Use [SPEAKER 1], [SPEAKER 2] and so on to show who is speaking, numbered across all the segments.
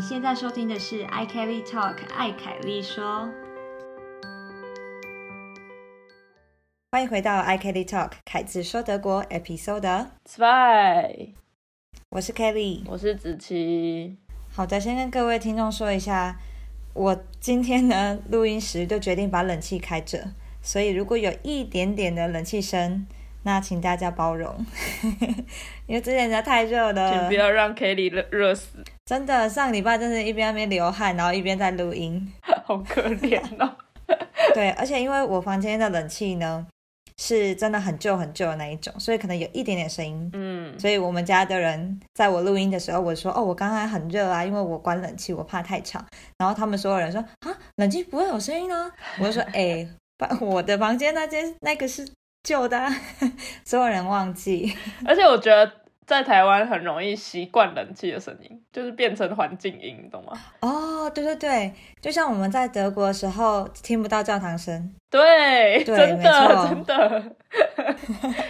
[SPEAKER 1] 现在收听的是《i Kelly Talk》艾凯丽说。欢迎回到《i Kelly Talk》凯子说德国 Episode，
[SPEAKER 2] Spy，
[SPEAKER 1] 我是 Kelly。
[SPEAKER 2] 我是子琪。
[SPEAKER 1] 好的，先跟各位听众说一下，我今天呢录音时就决定把冷气开着，所以如果有一点点的冷气声，那请大家包容， 因为之前实在太热
[SPEAKER 2] 请
[SPEAKER 1] 了
[SPEAKER 2] 不，要让 Kelly 热热死，
[SPEAKER 1] 真的上个礼拜真是一边在那边流汗，然后一边在录音。
[SPEAKER 2] 好可怜 哦。
[SPEAKER 1] 对，而且因为我房间的冷气呢是真的很旧很旧的那一种，所以可能有一点点声音。
[SPEAKER 2] 嗯，
[SPEAKER 1] 所以我们家的人在我录音的时候，我说哦，我刚才很热啊，因为我关冷气，我怕太吵。然后他们所有人说啊，冷气不会有声音啊。我就说哎，把我的房间那间那个是旧的、啊， 所有人忘记。
[SPEAKER 2] 而且我觉得在台湾很容易习惯冷气的声音，就是变成环境音，你 懂吗？
[SPEAKER 1] 哦，对对对，就像我们在德国的时候听不到教堂声，
[SPEAKER 2] 对，
[SPEAKER 1] 对
[SPEAKER 2] 真
[SPEAKER 1] 没
[SPEAKER 2] 的
[SPEAKER 1] 错
[SPEAKER 2] 真 的。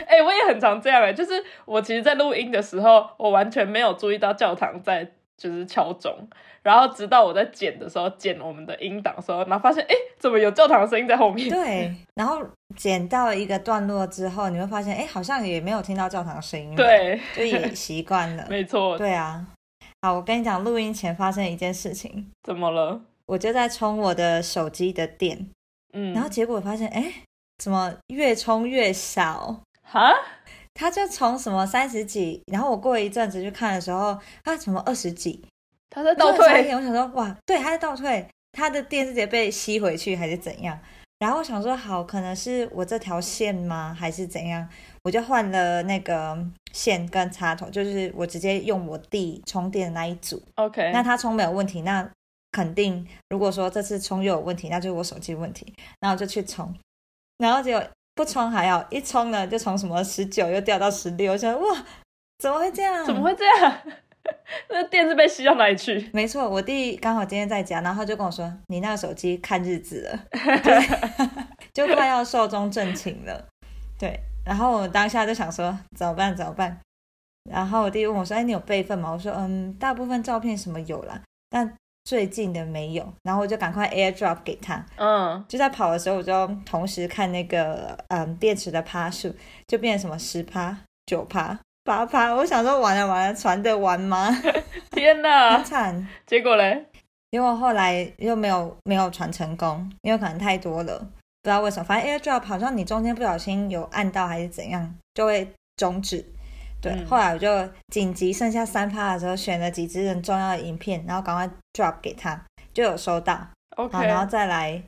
[SPEAKER 2] 哎、我也很常这样哎、就是我其实，在录音的时候，我完全没有注意到教堂在就是敲钟，然后直到我在剪的时候，剪我们的音档的时候，然后发现哎、怎么有教堂的声音在后面？
[SPEAKER 1] 对。然后
[SPEAKER 2] 嗯
[SPEAKER 1] 剪到一个段落之后，你会发现哎，好像也没有听到教堂声音，，
[SPEAKER 2] 对，
[SPEAKER 1] 就也习惯了。
[SPEAKER 2] 没错，
[SPEAKER 1] 对啊，好，我跟你讲，录音前发生一件事情。
[SPEAKER 2] 怎么了？
[SPEAKER 1] 我就在充我的手机的电，
[SPEAKER 2] 嗯，
[SPEAKER 1] 然后结果发现，哎，怎么越充越少？
[SPEAKER 2] 哈，
[SPEAKER 1] 它就从什么三十几，然后我过一阵子去看的时候，它怎么二十几？
[SPEAKER 2] 他在
[SPEAKER 1] 我就
[SPEAKER 2] 倒
[SPEAKER 1] 很傻
[SPEAKER 2] 退，
[SPEAKER 1] 眼我想说，哇，对，它在倒退，它的电是直接被吸回去还是怎样？然后我想说，好，可能是我这条线吗，还是怎样？我就换了那个线跟插头，就是我直接用我弟充电的那一组。
[SPEAKER 2] OK，
[SPEAKER 1] 那它充没有问题，那肯定如果说这次充又有问题，那就是我手机问题，然后我就去充，然后结果不充还好，一充呢就从什么十九又掉到十六，就哇，怎么会这样？
[SPEAKER 2] 怎么？会这样？ 那电是被吸到哪里 去？
[SPEAKER 1] 没错，我弟刚好今天在家，然后他就跟我说：“你那个手机看日子了， 对 就快要寿终正寝了。”对，然后我当下就想说怎么办？怎么办？然后我弟问我说：“哎，你有备份吗？”我说：“嗯，大部分照片什么有啦，但最近的没有。”然后我就赶快 AirDrop 给他。
[SPEAKER 2] 嗯，
[SPEAKER 1] 就在跑的时候，我就同时看那个嗯电池的趴数，就变成什么十趴、九趴、八趴。我想说完了完了，传得完吗？
[SPEAKER 2] 天
[SPEAKER 1] 很
[SPEAKER 2] 哪！
[SPEAKER 1] 惨。
[SPEAKER 2] 结果嘞，
[SPEAKER 1] 结果后来又没有没有传成功，因为可能太多了，不知道为什么。反正 AirDrop 好像你中间不小心有按到还是怎样，就会终止。对，
[SPEAKER 2] 嗯
[SPEAKER 1] 后来我就紧急剩下三趴的时候，选了几支很重要的影片，然后赶快 drop 给他，就有收到。
[SPEAKER 2] ，OK，
[SPEAKER 1] 好，然后再来，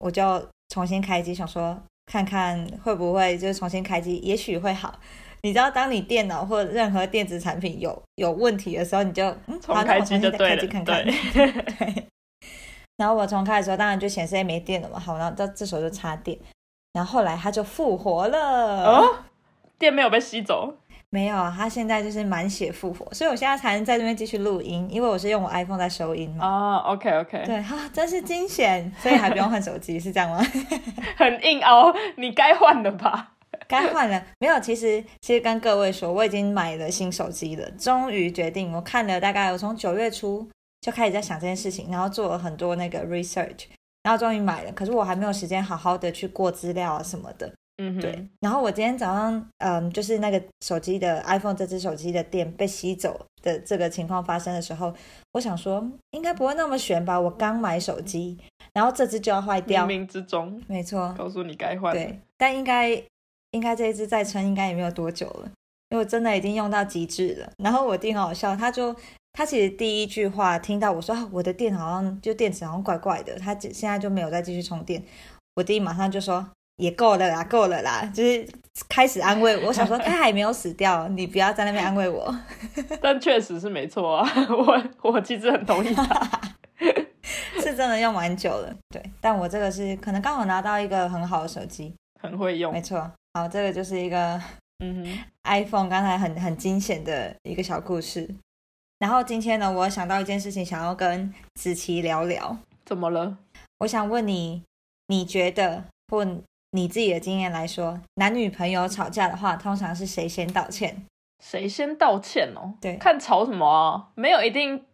[SPEAKER 1] 我就重新开机，想说看看会不会就是重新开机，也许会好。你知道，当你电脑或任何电子产品有有问题的时候，你就嗯，
[SPEAKER 2] 重
[SPEAKER 1] 好，那
[SPEAKER 2] 开
[SPEAKER 1] 我
[SPEAKER 2] 机
[SPEAKER 1] 重
[SPEAKER 2] 就
[SPEAKER 1] 新再开
[SPEAKER 2] 对了，
[SPEAKER 1] 机看看。
[SPEAKER 2] 对，
[SPEAKER 1] 对。然后我重开的时候，当然就显示哎没电了嘛。好，然后到这时候就插电，然后后来它就复活了。
[SPEAKER 2] 哦，电没有被吸走，
[SPEAKER 1] 没有，啊它现在就是满血复活，所以我现在才能在这边继续录音，因为我是用我 iPhone 在收音嘛。
[SPEAKER 2] 啊，OK，OK，
[SPEAKER 1] 嗯对啊，真是惊险，所以还不用换手机，是这样吗？
[SPEAKER 2] 很硬凹，你该换了吧？
[SPEAKER 1] 该换了，没有。其实，其实跟各位说，我已经买了新手机了，终于决定。我看了大概，我从九月初就开始在想这件事情，然后做了很多那个 research，然后终于买了。可是我还没有时间好好的去过资料啊什么的。
[SPEAKER 2] 嗯哼，
[SPEAKER 1] 对，然后我今天早上，嗯，就是那个手机的 iPhone 这只手机的电被吸走的这个情况发生的时候，我想说应该不会那么悬吧？我刚买手机，然后这只就要坏
[SPEAKER 2] 冥
[SPEAKER 1] 掉，
[SPEAKER 2] 冥之中
[SPEAKER 1] 没错。
[SPEAKER 2] 告诉你该换，
[SPEAKER 1] 对，但应该应该这一支再撑应该也没有多久了，因为我真的已经用到极致了。然后我弟很好笑，他就他其实第一句话听到我说、啊、我的电好像就电池好像怪怪的，他现在就没有再继续充电。我弟马上就说也够了啦，够了啦，就是开始安慰我。我想说他还没有死掉，你不要在那边安慰我。
[SPEAKER 2] 但确实是没错啊， 我我其实很同意他，
[SPEAKER 1] 是真的用蛮久了，对。但我这个是可能刚好拿到一个很好的手机，
[SPEAKER 2] 很会用
[SPEAKER 1] 没，错。好，这个就是一个
[SPEAKER 2] 嗯哼，
[SPEAKER 1] iPhone 刚才很很惊险的一个小故事。然后今天呢，我想到一件事情，想要跟子琪聊聊。
[SPEAKER 2] 怎么了？
[SPEAKER 1] 我想问你，你觉得或你自己的经验来说，男女朋友吵架的话，通常是谁先道歉？
[SPEAKER 2] 谁先道歉哦？
[SPEAKER 1] 对
[SPEAKER 2] 看吵什么啊？没有一定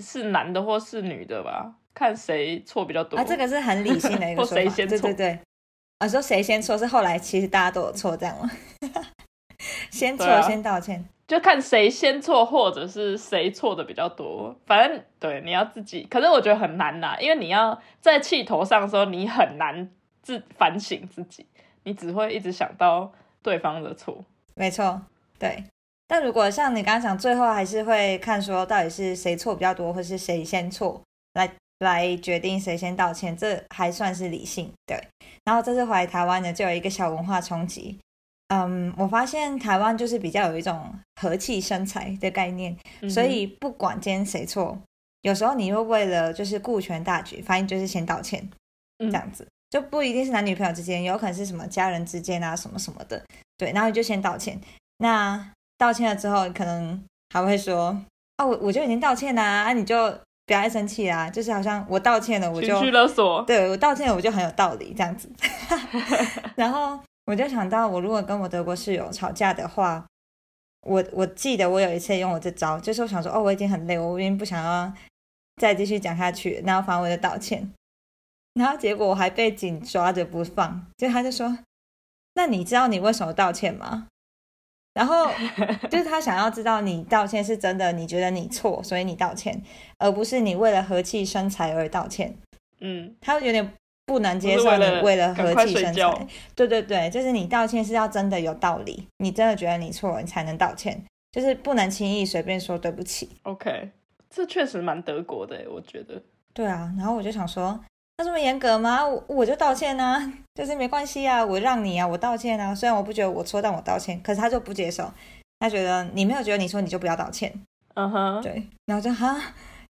[SPEAKER 2] 是男的或是女的吧，看谁错比较多。
[SPEAKER 1] 啊，这个是很理性的一个
[SPEAKER 2] 或
[SPEAKER 1] 说法，
[SPEAKER 2] 谁先
[SPEAKER 1] 对
[SPEAKER 2] 错
[SPEAKER 1] 对对。啊，说谁先错是后来其实大家都有错这样吗？ 先错、
[SPEAKER 2] 对啊
[SPEAKER 1] 先道歉，
[SPEAKER 2] 就看谁先错，或者是谁错的比较多。反正对，你要自己。可是我觉得很难啦，因为你要在气头上的时候，你很难自反省自己，你只会一直想到对方的错。
[SPEAKER 1] 没错，对。但如果像你刚刚讲，最后还是会看说到底是谁错比较多，或是谁先错来来决定谁先道歉，这还算是理性。对。然后这次回来台湾呢，就有一个小文化冲击。嗯，我发现台湾就是比较有一种和气生财的概念，
[SPEAKER 2] 嗯哼
[SPEAKER 1] 所以不管今天谁错，有时候你会为了就是顾全大局，反正就是先道歉，
[SPEAKER 2] 嗯
[SPEAKER 1] 这样子、就不一定是男女朋友之间，有可能是什么家人之间啊，什么什么的，对，然后你就先道歉。那道歉了之后，可能还会说啊，我我就已经道歉啦、啊，你就不要再生气啦、就是好像我道歉了，我就
[SPEAKER 2] 情绪勒索，
[SPEAKER 1] 对我道歉，我就很有道理这样子。然后我就想到，我如果跟我德国室友吵架的话，我我记得我有一次用我这招，就是我想说，哦，我已经很累，我已经不想要再继续讲下去，然后反正我就道歉，然后结果我还被紧抓着不放，就他就说，那你知道你为什么道歉吗？然后就是他想要知道你道歉是真的，你觉得你错，所以你道歉，而不是你为了和气生财而道歉。
[SPEAKER 2] 嗯，
[SPEAKER 1] 他有点不能接
[SPEAKER 2] 不
[SPEAKER 1] 受
[SPEAKER 2] 是为
[SPEAKER 1] 你
[SPEAKER 2] 了
[SPEAKER 1] 为了
[SPEAKER 2] 赶
[SPEAKER 1] 和
[SPEAKER 2] 快
[SPEAKER 1] 气
[SPEAKER 2] 睡
[SPEAKER 1] 生
[SPEAKER 2] 觉
[SPEAKER 1] 财。对对对，就是你道歉是要真的有道理，你真的觉得你错了，你才能道歉，就是不能轻易随便说对不起。
[SPEAKER 2] OK，这确实蛮德国的欸耶，我觉得。
[SPEAKER 1] 对啊，然后我就想说，那这么严格吗？我我就道歉啊，就是没关系啊，我让你啊，我道歉啊。虽然我不觉得我错，但我道歉。可是他就不接受，他觉得你没有觉得你错，你就不要道歉。
[SPEAKER 2] 嗯哼，
[SPEAKER 1] 对，然后我就哈，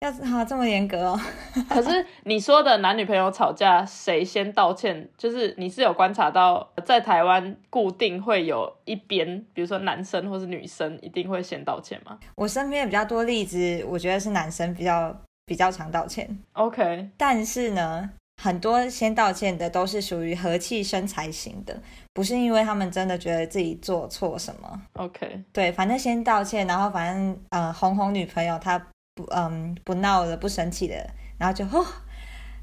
[SPEAKER 1] 要哈这么严格哦。
[SPEAKER 2] 可是你说的男女朋友吵架谁先道歉，就是你是有观察到呃在台湾固定会有一边，比如说男生或是女生一定会先道歉吗
[SPEAKER 1] 我身边也比较多例子，我觉得是男生比较比较常道歉。
[SPEAKER 2] ？OK，
[SPEAKER 1] 但是呢，很多先道歉的都是属于和气生财型的，不是因为他们真的觉得自己做错什么。
[SPEAKER 2] OK，
[SPEAKER 1] 对，反正先道歉，然后反正呃哄哄女朋友，她不嗯不闹了，不生气了，然后就哦，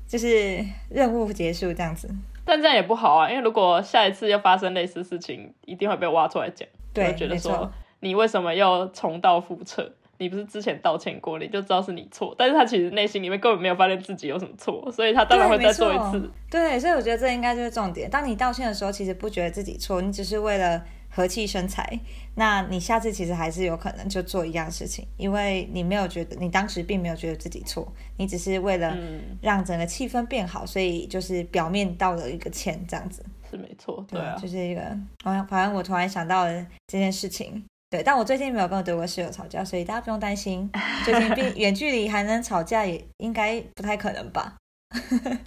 [SPEAKER 1] 就是任务结束这样子。
[SPEAKER 2] 但这样也不好啊，因为如果下一次又发生类似事情，一定会被挖出来讲，就
[SPEAKER 1] 对
[SPEAKER 2] 会觉，得
[SPEAKER 1] 没
[SPEAKER 2] 说
[SPEAKER 1] 错，
[SPEAKER 2] 你为什么又重蹈覆辙？你不是之前道歉过，你就知道是你错，但是他其实内心里面根本没有发现自己有什么错，所以他当然
[SPEAKER 1] 对
[SPEAKER 2] 会再
[SPEAKER 1] 没
[SPEAKER 2] 做一
[SPEAKER 1] 错
[SPEAKER 2] 次。
[SPEAKER 1] 对，所以我觉得这应该就是重点。当你道歉的时候，其实不觉得自己错，你只是为了和气生财。那你下次其实还是有可能就做一样的事情，因为你没有觉得你当时并没有觉得自己错，你只是为了
[SPEAKER 2] 嗯。
[SPEAKER 1] 让整个气氛变好，所以就是表面道了一个歉这样子。嗯
[SPEAKER 2] 是没错，对啊，
[SPEAKER 1] 就是一个，好像反正我突然想到了这件事情。对，但我最近没有跟我德国室友吵架，所以大家不用担 心。最近并远距离还能吵架，也应该不太可能吧？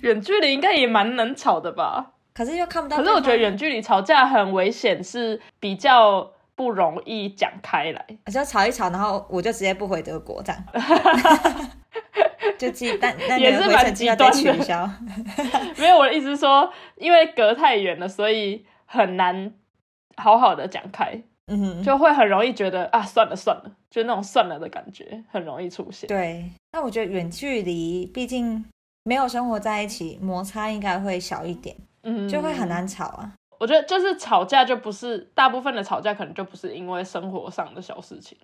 [SPEAKER 2] 远距离应该也蛮能吵的吧？
[SPEAKER 1] 可是又看不到
[SPEAKER 2] 可
[SPEAKER 1] 对啊
[SPEAKER 2] 是
[SPEAKER 1] 方。
[SPEAKER 2] 我觉得远距离吵架很危险，是比较不容易讲开来。
[SPEAKER 1] 就吵一吵，然后我就直接不回德国，这样。 就记，但那你
[SPEAKER 2] 也是
[SPEAKER 1] 的回
[SPEAKER 2] 蛮
[SPEAKER 1] 程
[SPEAKER 2] 极
[SPEAKER 1] 机要再
[SPEAKER 2] 端的
[SPEAKER 1] 取 消。
[SPEAKER 2] 没有，我的意思是说，因为隔太远了，所以很难好好的讲开，
[SPEAKER 1] 嗯哼，
[SPEAKER 2] 就会很容易觉得啊，算了算了，就那种算了的感觉很容易出现。
[SPEAKER 1] 对。那我觉得远距离，毕竟没有生活在一起，摩擦应该会小一点，
[SPEAKER 2] 嗯，
[SPEAKER 1] 就会很难吵啊。
[SPEAKER 2] 我觉得就是吵架就不是大部分的吵架，可能就不是因为生活上的小事情。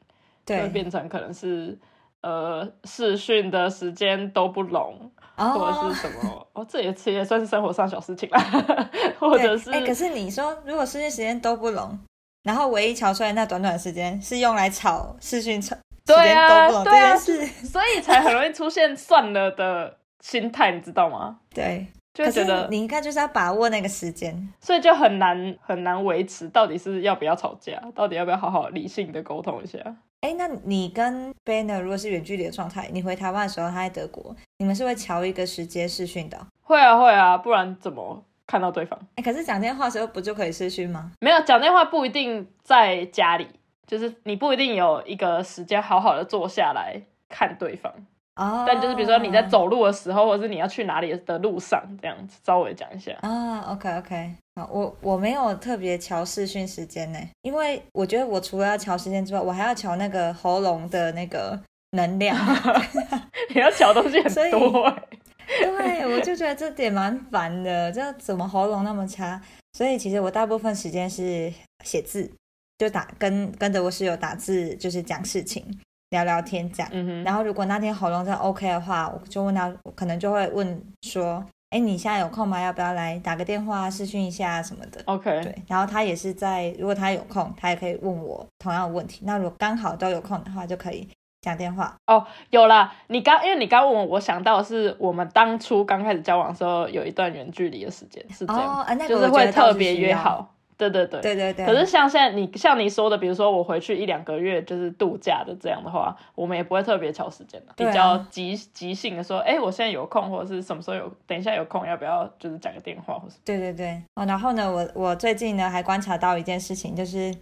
[SPEAKER 2] 就会
[SPEAKER 1] 对，
[SPEAKER 2] 变成可能是呃视讯的时间都不拢，或者
[SPEAKER 1] 哦
[SPEAKER 2] 是，什么哦，这也其实也算是生活上小事情啦， 或者
[SPEAKER 1] 对，
[SPEAKER 2] 是、
[SPEAKER 1] 哎、可是你说，如果视讯时间都不拢，然后唯一瞧出来那短短的时间是用来吵视讯吵时
[SPEAKER 2] 对
[SPEAKER 1] 间都
[SPEAKER 2] 啊
[SPEAKER 1] 不拢这
[SPEAKER 2] 对啊
[SPEAKER 1] 件事，
[SPEAKER 2] 所以才很容易出现算了的心态，你知道吗？
[SPEAKER 1] 对。
[SPEAKER 2] 就
[SPEAKER 1] 可
[SPEAKER 2] 会觉
[SPEAKER 1] 是
[SPEAKER 2] 得，
[SPEAKER 1] 你应该就是要把握那个时间，
[SPEAKER 2] 所以就很难很难维持，到底是要不要吵架，到底要不要好好理性的沟通一下。
[SPEAKER 1] 哎，那你跟 Banner 如果是远距离的状态，你回台湾的时候，他在德国，你们是会瞧一个时间视讯的哦、
[SPEAKER 2] 会啊会啊，不然怎么看到对方？
[SPEAKER 1] 哎，可是讲电话的时候不就可以视讯吗？
[SPEAKER 2] 没有讲电话不一定在家里，就是你不一定有一个时间好好的坐下来看对方。
[SPEAKER 1] 哦，
[SPEAKER 2] 但就是比如说你在走路的时候，或者是你要去哪里的路上，这样子稍微讲一下。
[SPEAKER 1] 啊，OK，OK、o k OK，好，我我没有特别瞧视讯时间呢，因为我觉得我除了要瞧时间之外，我还要瞧那个喉咙的那个能量。
[SPEAKER 2] 你要瞧东西很多、欸，
[SPEAKER 1] 对，我就觉得这点蛮烦的，这怎么喉咙那么差？所以其实我大部分时间是写字，就打跟跟着我室友打字，就是讲事情、聊聊天这样。
[SPEAKER 2] 嗯哼，
[SPEAKER 1] 然后如果那天喉咙真的 OK 的话，我就问他，我可能就会问说：“哎，你现在有空吗？要不要来打个电话、啊视讯一下什么的？”
[SPEAKER 2] OK，
[SPEAKER 1] 对，然后他也是在，如果他有空，他也可以问我同样的问题。那如果刚好都有空的话，就可以讲电话。
[SPEAKER 2] 哦，有啦，你刚因为你刚问我，我想到的是我们当初刚开始交往的时候有一段远距离的时间是这样，
[SPEAKER 1] 哦，啊、那个
[SPEAKER 2] 就
[SPEAKER 1] 我觉得
[SPEAKER 2] 是会
[SPEAKER 1] 倒
[SPEAKER 2] 特
[SPEAKER 1] 是
[SPEAKER 2] 别
[SPEAKER 1] 需
[SPEAKER 2] 约
[SPEAKER 1] 要。
[SPEAKER 2] 好，对对对。
[SPEAKER 1] 对对对。
[SPEAKER 2] 可是像现在你像你说的，比如说我回去一两个月就是度假的这样的话，我们也不会特别调时间的，
[SPEAKER 1] 对啊
[SPEAKER 2] 比较即即兴的说，哎、我现在有空，或者是什么时候有，等一下有空，要不要就是讲个电话或什么？
[SPEAKER 1] 对对对，哦，然后呢，我我最近呢还观察到一件事情，就是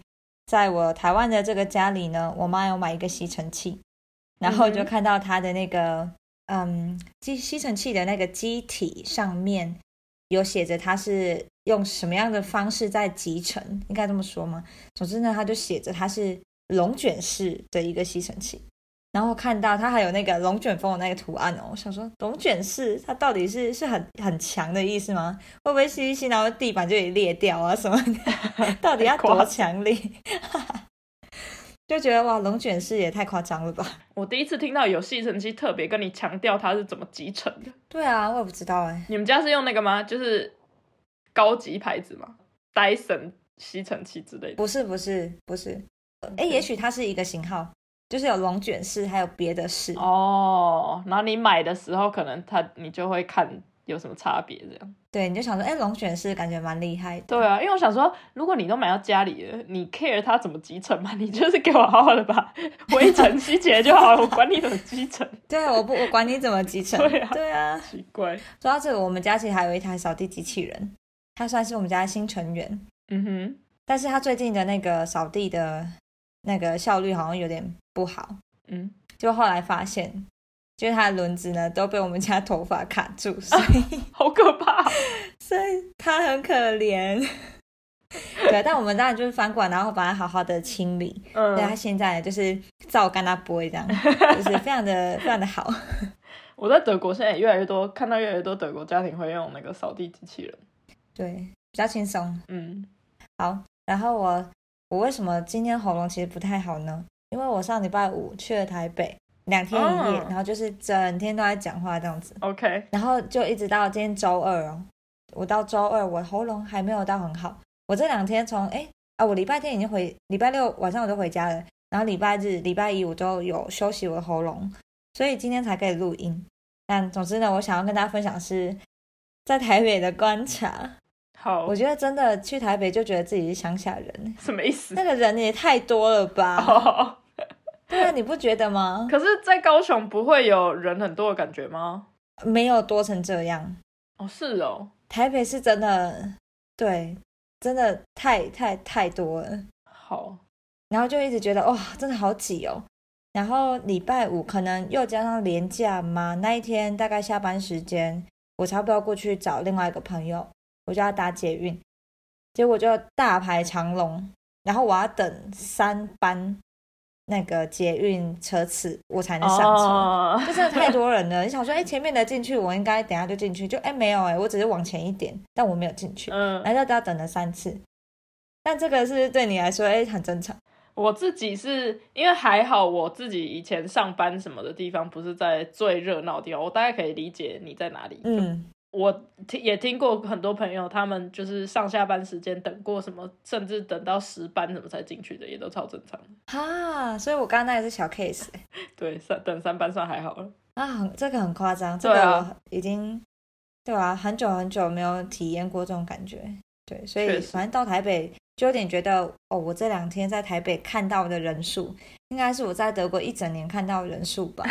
[SPEAKER 1] 在我台湾的这个家里呢，我妈有买一个吸尘器，然后就
[SPEAKER 2] 嗯哼
[SPEAKER 1] 看到它的那个嗯吸吸尘器的那个机体上面有写着它是用什么样的方式在集成，应该这么说吗？总之呢，它就写着它是龙卷式的一个吸尘器。然后看到它还有那个龙卷风的那个图案哦，我想说龙卷式它到底是是很很强的意思吗？会不会吸一吸，然后地板就也裂掉啊什么的？ 到底要多强力？ 就觉得哇，龙卷式也太夸张了吧？
[SPEAKER 2] 我第一次听到有吸尘器特别跟你强调它是怎么集成的，
[SPEAKER 1] 对啊，我也不知道哎、
[SPEAKER 2] 你们家是用那个吗？就是高级牌子吗？Dyson 吸尘器之类的。
[SPEAKER 1] 不是不是不是，哎、
[SPEAKER 2] OK
[SPEAKER 1] 也许它是一个型号，就是有龙卷式，还有别的式。
[SPEAKER 2] 哦，然后你买的时候，可能它你就会看有什么差别这样。
[SPEAKER 1] 对，你就想说，哎、龙卷式感觉蛮厉害的。
[SPEAKER 2] 对啊，因为我想说，如果你都买到家里了，你 care 它怎么集成吗？ 你就是给我好好的 把灰尘吸起来就好了，我管你怎么集成。
[SPEAKER 1] 对，啊我不，我管你怎么集成。
[SPEAKER 2] 对啊
[SPEAKER 1] 对啊。
[SPEAKER 2] 奇怪，
[SPEAKER 1] 说到这个，我们家其实还有一台扫地机器人，它算是我们家的新成员。
[SPEAKER 2] 嗯哼，
[SPEAKER 1] 但是他最近的那个扫地的那个效率好像有点不好，
[SPEAKER 2] 嗯，
[SPEAKER 1] 就后来发现，就是他的轮子呢都被我们家头发卡住，所以、
[SPEAKER 2] 好可怕哦。
[SPEAKER 1] 所以他很可怜。对，但我们当然就是翻过来，然后把它好好的清理。对，啊他
[SPEAKER 2] 嗯，
[SPEAKER 1] 现在就是照干它播这样，就是非常的非常的好。
[SPEAKER 2] 我在德国现在也越来越多看到越来越多德国家庭会用那个扫地机器人。
[SPEAKER 1] 对，比较轻松。
[SPEAKER 2] 嗯，
[SPEAKER 1] 好，然后我我为什么今天喉咙其实不太好呢？因为我上礼拜五去了台北两天一夜，
[SPEAKER 2] 哦
[SPEAKER 1] 然后就是整天都在讲话这样子，
[SPEAKER 2] OK，
[SPEAKER 1] 然后就一直到今天周二哦，我到周二我喉咙还没有到很好，我这两天从哎啊我礼拜天已经回，礼拜六晚上我就回家了，然后礼拜日、礼拜一我都有休息我的喉咙，所以今天才可以录音。但总之呢，我想要跟大家分享的是在台北的观察。
[SPEAKER 2] 好
[SPEAKER 1] 我，觉得真的去台北就觉得自己是乡下人，
[SPEAKER 2] 什么意思？
[SPEAKER 1] 那个人也太多了吧？
[SPEAKER 2] 嗯哦。
[SPEAKER 1] 对啊，你不觉得吗？
[SPEAKER 2] 可是，在高雄不会有人很多的感觉吗？
[SPEAKER 1] 没有多成这样，
[SPEAKER 2] 哦，是哦，
[SPEAKER 1] 台北是真的，对，真的太太太多了。
[SPEAKER 2] 好，
[SPEAKER 1] 然后就一直觉得哇、真的好挤哦。然后礼拜五可能又加上连假嘛，那一天大概下班时间，我差不多要过去找另外一个朋友，我就要搭捷运，结果就大排长龙，然后我要等三班那个捷运车次，我才能上车。
[SPEAKER 2] 哦，
[SPEAKER 1] 就真的太多人了，你想说，哎、前面的进去，我应该等一下就进去，就哎、没有哎、我只是往前一点，但我没有进去，
[SPEAKER 2] 嗯，
[SPEAKER 1] 然后就要等了三次。但这个是不是对你来说，哎、很正常。
[SPEAKER 2] 我自己是因为还好，我自己以前上班什么的地方不是在最热闹的地方，我大概可以理解你在哪里。
[SPEAKER 1] 嗯，
[SPEAKER 2] 我听也听过很多朋友，他们就是上下班时间等过什么，甚至等到十班什么才进去的，也都超正常的。
[SPEAKER 1] 啊，所以我刚刚那也是小 case 欸
[SPEAKER 2] 对，三等三班算还好了。
[SPEAKER 1] 啊，很这个很夸张，这
[SPEAKER 2] 对
[SPEAKER 1] 个
[SPEAKER 2] 啊
[SPEAKER 1] 我已经对啊，很久很久没有体验过这种感觉，对，所以
[SPEAKER 2] 确实
[SPEAKER 1] 反正到台北就有点觉得，哦，我这两天在台北看到的人数，应该是我在德国一整年看到的人数 吧，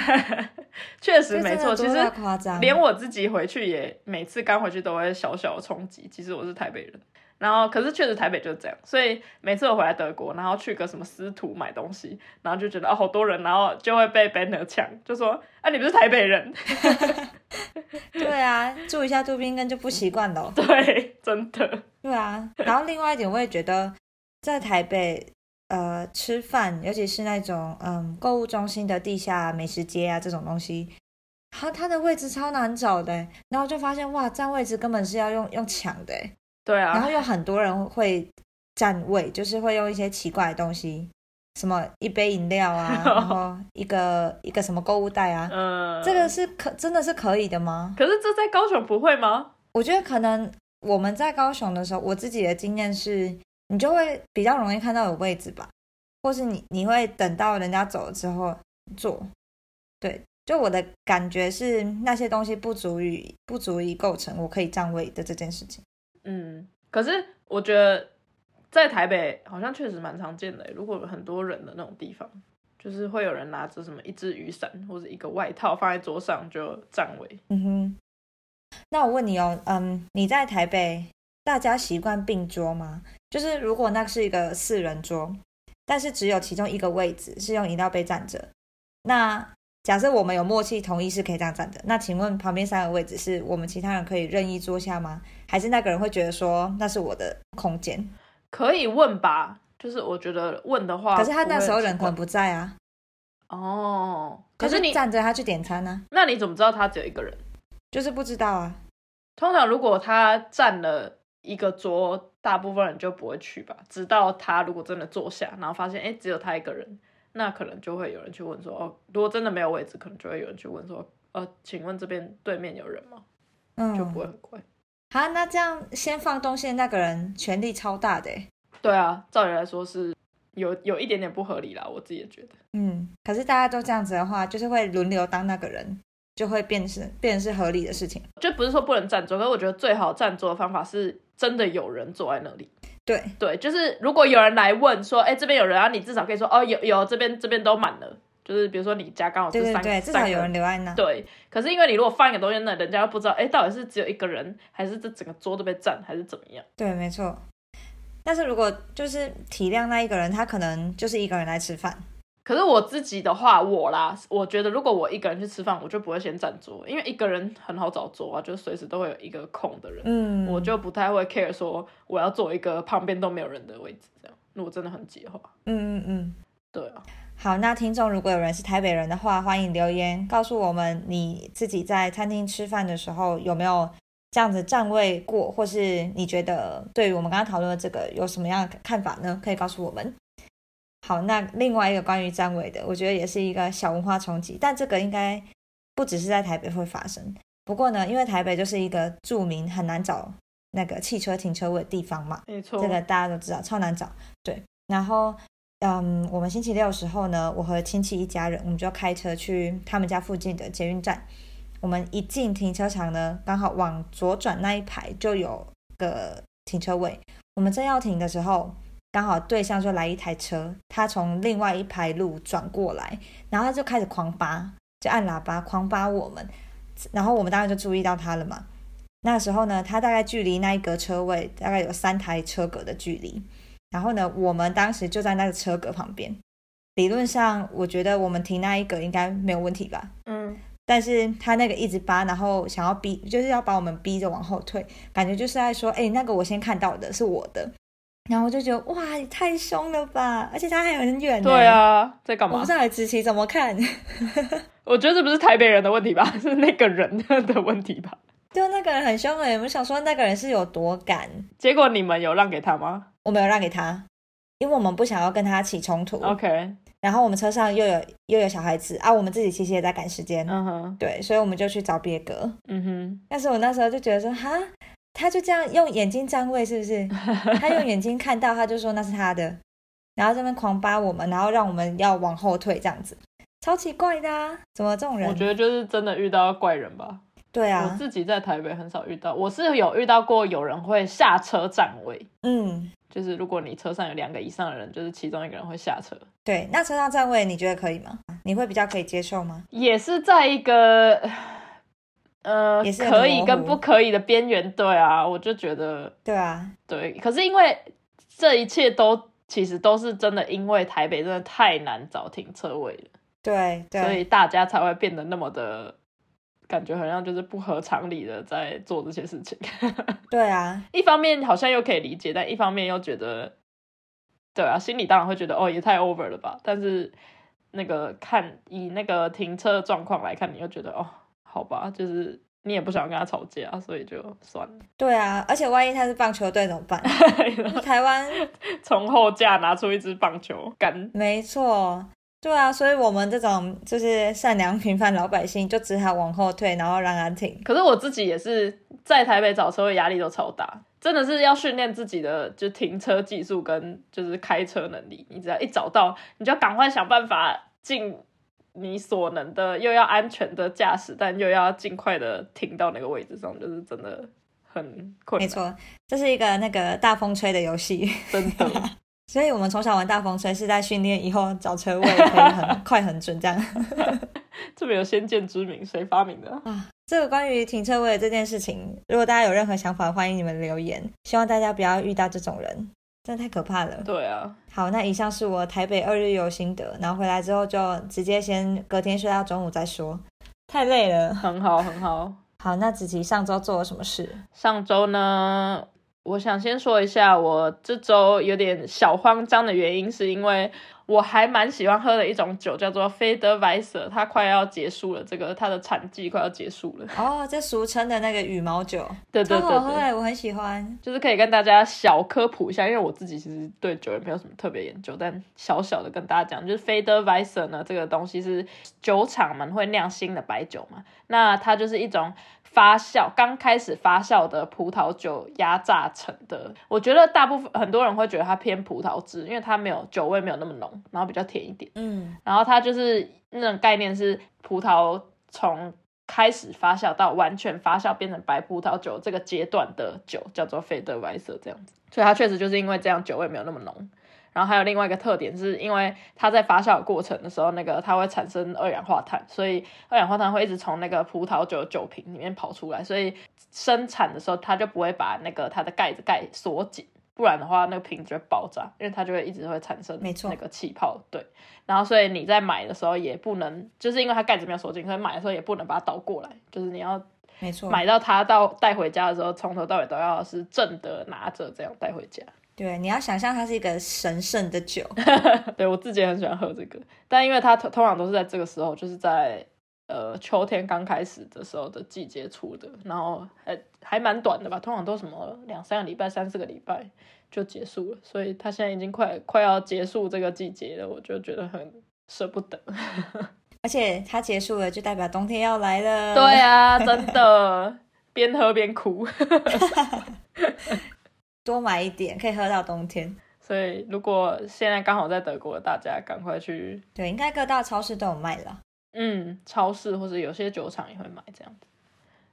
[SPEAKER 2] 确
[SPEAKER 1] 就
[SPEAKER 2] 实没
[SPEAKER 1] 真的
[SPEAKER 2] 错，其
[SPEAKER 1] 多
[SPEAKER 2] 实
[SPEAKER 1] 到夸张，
[SPEAKER 2] 连我自己回去也每次刚回去都会小小的冲击。其实我是台北人，然后可是确实台北就是这样，所以每次我回来德国，然后去个什么司徒买东西，然后就觉得哦好多人，然后就会被 banner 抢，就说啊你不是台北人， ，
[SPEAKER 1] 对啊，住一下杜宾根就不习惯了哦
[SPEAKER 2] 对，真的，
[SPEAKER 1] 对啊，然后另外一点我也觉得在台北呃吃饭，尤其是那种嗯购物中心的地下美食街啊这种东西，它它的位置超难找的欸，然后就发现哇，占位置根本是要用用抢的欸，
[SPEAKER 2] 对
[SPEAKER 1] 然后
[SPEAKER 2] 啊，
[SPEAKER 1] 有很多人会占位，就是会用一些奇怪的东西，什么一杯饮料啊，然后一个一个什么购物袋啊，
[SPEAKER 2] 嗯，
[SPEAKER 1] 这个是可真的是可以的吗？
[SPEAKER 2] 可是这在高雄不会吗？
[SPEAKER 1] 我觉得可能我们在高雄的时候，我自己的经验是，你就会比较容易看到有位置吧，或是你你会等到人家走了之后做。对，就我的感觉是那些东西不足以不足以构成我可以占位的这件事情。
[SPEAKER 2] 嗯，可是我觉得在台北好像确实蛮常见的欸，如果有很多人的那种地方，就是会有人拿着什么一只雨伞或者一个外套放在桌上就占位。
[SPEAKER 1] 嗯哼，那我问你哦，嗯，你在台北，大家习惯并桌吗？就是如果那是一个四人桌，但是只有其中一个位置是用饮料杯站着，那假设我们有默契同意是可以这样站着，那请问旁边三个位置是我们其他人可以任意坐下吗？还是那个人会觉得说那是我的空间？
[SPEAKER 2] 可以问吧，就是我觉得问的话，
[SPEAKER 1] 可是他那时候
[SPEAKER 2] 哦不会
[SPEAKER 1] 人可
[SPEAKER 2] 很奇怪
[SPEAKER 1] 能不在啊，
[SPEAKER 2] 哦，可是
[SPEAKER 1] 就
[SPEAKER 2] 你
[SPEAKER 1] 站着他去点餐呢、
[SPEAKER 2] 那你怎么知道他只有一个人？
[SPEAKER 1] 就是不知道啊。
[SPEAKER 2] 通常如果他占了一个桌，大部分人就不会去吧，直到他如果真的坐下，然后发现哎只有他一个人，那可能就会有人去问说哦，如果真的没有位置，可能就会有人去问说呃，请问这边对面有人吗？
[SPEAKER 1] 嗯，
[SPEAKER 2] 就不会很怪。
[SPEAKER 1] 好，那这样先放东西的那个人权力超大的欸、
[SPEAKER 2] 对啊，照理来说是有有一点点不合理啦，我自己也觉得。
[SPEAKER 1] 嗯，可是大家都这样子的话，就是会轮流当那个人，就会变成变成是合理的事情。
[SPEAKER 2] 就不是说不能占桌，可是我觉得最好占桌的方法是真的有人坐在那里。
[SPEAKER 1] 对，
[SPEAKER 2] 对，就是如果有人来问说，哎、这边有人啊，你至少可以说，哦，有有，这边这边都满了。就是比如说你家刚好哦是
[SPEAKER 1] 对对
[SPEAKER 2] 三
[SPEAKER 1] 对，至少
[SPEAKER 2] 三个
[SPEAKER 1] 有人留在那。
[SPEAKER 2] 对，可是因为你如果放一个东西在那，人家又不知道，哎、到底是只有一个人，还是这整个桌都被占，还是怎么样？
[SPEAKER 1] 对，没错。但是如果就是体谅那一个人，他可能就是一个人来吃饭。
[SPEAKER 2] 可是我自己的话，我啦，我觉得如果我一个人去吃饭，我就不会先占桌，因为一个人很好找桌啊，就随时都会有一个空的人。
[SPEAKER 1] 嗯，
[SPEAKER 2] 我就不太会 care 说我要坐一个旁边都没有人的位置，这样如果真的很挤的话，
[SPEAKER 1] 嗯嗯嗯。
[SPEAKER 2] 对啊，
[SPEAKER 1] 好，那听众如果有人是台北人的话，欢迎留言告诉我们你自己在餐厅吃饭的时候有没有这样子站位过，或是你觉得对于我们刚刚讨论的这个有什么样的看法呢？可以告诉我们。好，那另外一个关于站位的，我觉得也是一个小文化冲击，但这个应该不只是在台北会发生。不过呢，因为台北就是一个著名很难找那个汽车停车位的地方嘛，
[SPEAKER 2] 没错，
[SPEAKER 1] 这个大家都知道，超难找。对，然后嗯，我们星期六的时候呢，我和亲戚一家人，我们就开车去他们家附近的捷运站。我们一进停车场呢，刚好往左转那一排就有个停车位。我们正要停的时候，刚好对向就来一台车，他从另外一排路转过来，然后他就开始狂扒，就按喇叭狂扒我们。然后我们当然就注意到他了嘛。那时候呢，他大概距离那一格车位大概有三台车格的距离。然后呢，我们当时就在那个车格旁边。理论上，我觉得我们停那一格应该没有问题吧。
[SPEAKER 2] 嗯，
[SPEAKER 1] 但是他那个一直扒，然后想要逼，就是要把我们逼着往后退，感觉就是在说，哎、那个我先看到的是我的。然后我就觉得，哇，也太凶了吧！而且他还很远、呢。
[SPEAKER 2] 对，啊，在干
[SPEAKER 1] 我
[SPEAKER 2] 嘛
[SPEAKER 1] 不知？道你直骑怎么看。
[SPEAKER 2] 我觉得这不是台北人的问题吧， 是那个人的问题吧？
[SPEAKER 1] 就那个人很凶哎，我想说那个人是有多赶，
[SPEAKER 2] 结果你们有让给他吗
[SPEAKER 1] 我没有让给他，因为我们不想要跟他起冲突。
[SPEAKER 2] ？OK，
[SPEAKER 1] 然后我们车上又有又有小孩子啊，我们自己其实也在赶时间，
[SPEAKER 2] 嗯哼，
[SPEAKER 1] 对，所以我们就去找别格。
[SPEAKER 2] 嗯哼，
[SPEAKER 1] 但是我那时候就觉得说，哈，他就这样用眼睛占位，是不是？他用眼睛看到，他就说那是他的，然后这边狂扒我们，然后让我们要往后退，这样子，超奇怪的啊！怎么这种
[SPEAKER 2] 我
[SPEAKER 1] 人？
[SPEAKER 2] 觉得就是真的遇到怪人吧。
[SPEAKER 1] 对
[SPEAKER 2] 我
[SPEAKER 1] 啊，
[SPEAKER 2] 自己在台北很少遇到，我是有遇到过有人会下车占位，
[SPEAKER 1] 嗯，
[SPEAKER 2] 就是如果你车上有两个以上的人，就是其中一个人会下车。
[SPEAKER 1] 对。那车上占位，你觉得可以吗？你会比较可以接受吗？
[SPEAKER 2] 也是在一个呃
[SPEAKER 1] 也是很
[SPEAKER 2] 可以
[SPEAKER 1] 模
[SPEAKER 2] 跟
[SPEAKER 1] 糊
[SPEAKER 2] 不可以的边缘。对啊，我就觉得
[SPEAKER 1] 对啊，
[SPEAKER 2] 对。可是因为这一切都其实都是真的，因为台北真的太难找停车位了，
[SPEAKER 1] 对对。
[SPEAKER 2] 所以大家才会变得那么的。感觉好像就是不合常理的在做这些事情，
[SPEAKER 1] 对啊，
[SPEAKER 2] 一方面好像又可以理解，但一方面又觉得对啊，心里当然会觉得哦，也太 over 了吧。但是那个看以那个停车状况来看，你又觉得哦，好吧，就是你也不想跟他吵架，所以就算了。
[SPEAKER 1] 对啊，而且万一他是棒球队怎么办？台湾
[SPEAKER 2] 从后架拿出一支棒球杆，
[SPEAKER 1] 没错，对啊，所以我们这种就是善良平凡老百姓，就只好往后退，然后让他停。
[SPEAKER 2] 可是我自己也是在台北找车位压力都超大，真的是要训练自己的就停车技术跟就是开车能力。你只要一找到，你就要赶快想办法尽你所能的，又要安全的驾驶，但又要尽快的停到那个位置上，就是真的很困
[SPEAKER 1] 没
[SPEAKER 2] 难，
[SPEAKER 1] 错，这是一个那个大风吹的游戏，
[SPEAKER 2] 真的。
[SPEAKER 1] 所以我们从小玩大风吹是在训练以后找车位可以很快很准这样。
[SPEAKER 2] 这么有先见之明，谁发明的啊？
[SPEAKER 1] 啊，这个关于停车位这件事情，如果大家有任何想法，欢迎你们留言。希望大家不要遇到这种人，真的太可怕了。
[SPEAKER 2] 对啊，
[SPEAKER 1] 好，那以上是我台北二日游心得，然后回来之后就直接先隔天睡到中午再说，太累了。
[SPEAKER 2] 很好，很好。
[SPEAKER 1] 好，那子琪上周做了什么事？
[SPEAKER 2] 上周呢，我想先说一下，我这周有点小慌张的原因，是因为我还蛮喜欢喝的一种酒，叫做菲德维瑟，它快要结束了，这个它的产季快要结束了。
[SPEAKER 1] 哦，这俗称的那个羽毛酒，
[SPEAKER 2] 对对
[SPEAKER 1] 超
[SPEAKER 2] 对
[SPEAKER 1] 好喝
[SPEAKER 2] 对，
[SPEAKER 1] 哎，我很喜欢。
[SPEAKER 2] 就是可以跟大家小科普一下，因为我自己其实对酒也没有什么特别研究，但小小的跟大家讲，就是菲德维瑟呢，这个东西是酒厂们会酿新的白酒嘛，那它就是一种发酵，刚开始发酵的葡萄酒压榨成的。我觉得大部分很多人会觉得它偏葡萄汁，因为它没有酒味没有那么浓，然后比较甜一点。
[SPEAKER 1] 嗯，
[SPEAKER 2] 然后它就是那种概念是葡萄从开始发酵到完全发酵变成白葡萄酒这个阶段的酒叫做费德维瑟这样子，所以它确实就是因为这样酒味没有那么浓。然后还有另外一个特点，是因为它在发酵的过程的时候，那个它会产生二氧化碳，所以二氧化碳会一直从那个葡萄酒酒瓶里面跑出来，所以生产的时候它就不会把那个它的盖子盖锁紧，不然的话那个瓶就会爆炸，因为它就会一直会产生
[SPEAKER 1] 没错
[SPEAKER 2] 那个气泡，对。然后所以你在买的时候也不能，就是因为它盖子没有锁紧，所以买的时候也不能把它倒过来，就是你要
[SPEAKER 1] 没错，
[SPEAKER 2] 买到它到带回家的时候，从头到尾都要是正的拿着这样带回家。
[SPEAKER 1] 对，你要想象它是一个神圣的酒，
[SPEAKER 2] 对我自己也很喜欢喝这个，但因为它通通常都是在这个时候，就是在呃秋天刚开始的时候的季节出的，然后还还蛮短的吧，通常都什么两三个礼拜、三四个礼拜就结束了，所以它现在已经快快要结束这个季节了，我就觉得很舍不得。
[SPEAKER 1] 而且它结束了就代表冬天要来了。
[SPEAKER 2] 对啊，真的，边喝边哭。
[SPEAKER 1] 多买一点可以喝到冬天。
[SPEAKER 2] 所以如果现在刚好在德国的大家，赶快去
[SPEAKER 1] 对，应该各大超市都有卖了。
[SPEAKER 2] 嗯超市或者有些酒厂也会买这样子。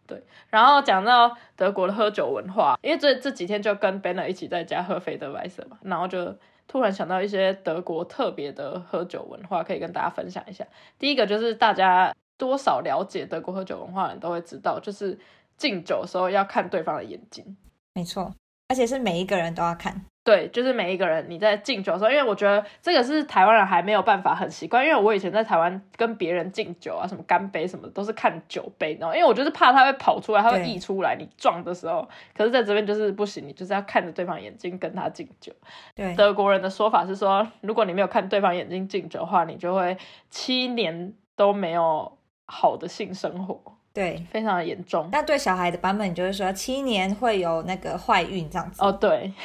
[SPEAKER 2] 对，然后讲到德国的喝酒文化，因为这这几天就跟 Banner 一起在家喝肥德白色嘛，然后就突然想到一些德国特别的喝酒文化，可以跟大家分享一下。第一个就是大家多少了解德国喝酒文化的人都会知道，就是敬酒的时候要看对方的眼睛。
[SPEAKER 1] 没错，而且是每一个人都要看。
[SPEAKER 2] 对，就是每一个人你在敬酒的时候，因为我觉得这个是台湾人还没有办法很习惯，因为我以前在台湾跟别人敬酒啊，什么干杯什么的，都是看酒杯，然后因为我就是怕它会跑出来，它会
[SPEAKER 1] 对
[SPEAKER 2] 溢出来，你撞的时候，可是在这边就是不行，你就是要看着对方眼睛跟他敬酒。
[SPEAKER 1] 对，
[SPEAKER 2] 德国人的说法是说，如果你没有看对方眼睛敬酒的话，你就会七年都没有好的性生活，
[SPEAKER 1] 对。
[SPEAKER 2] 非常的严重。
[SPEAKER 1] 那对小孩的版本，你就是说七年会有那个坏运这样子。
[SPEAKER 2] 哦，，对，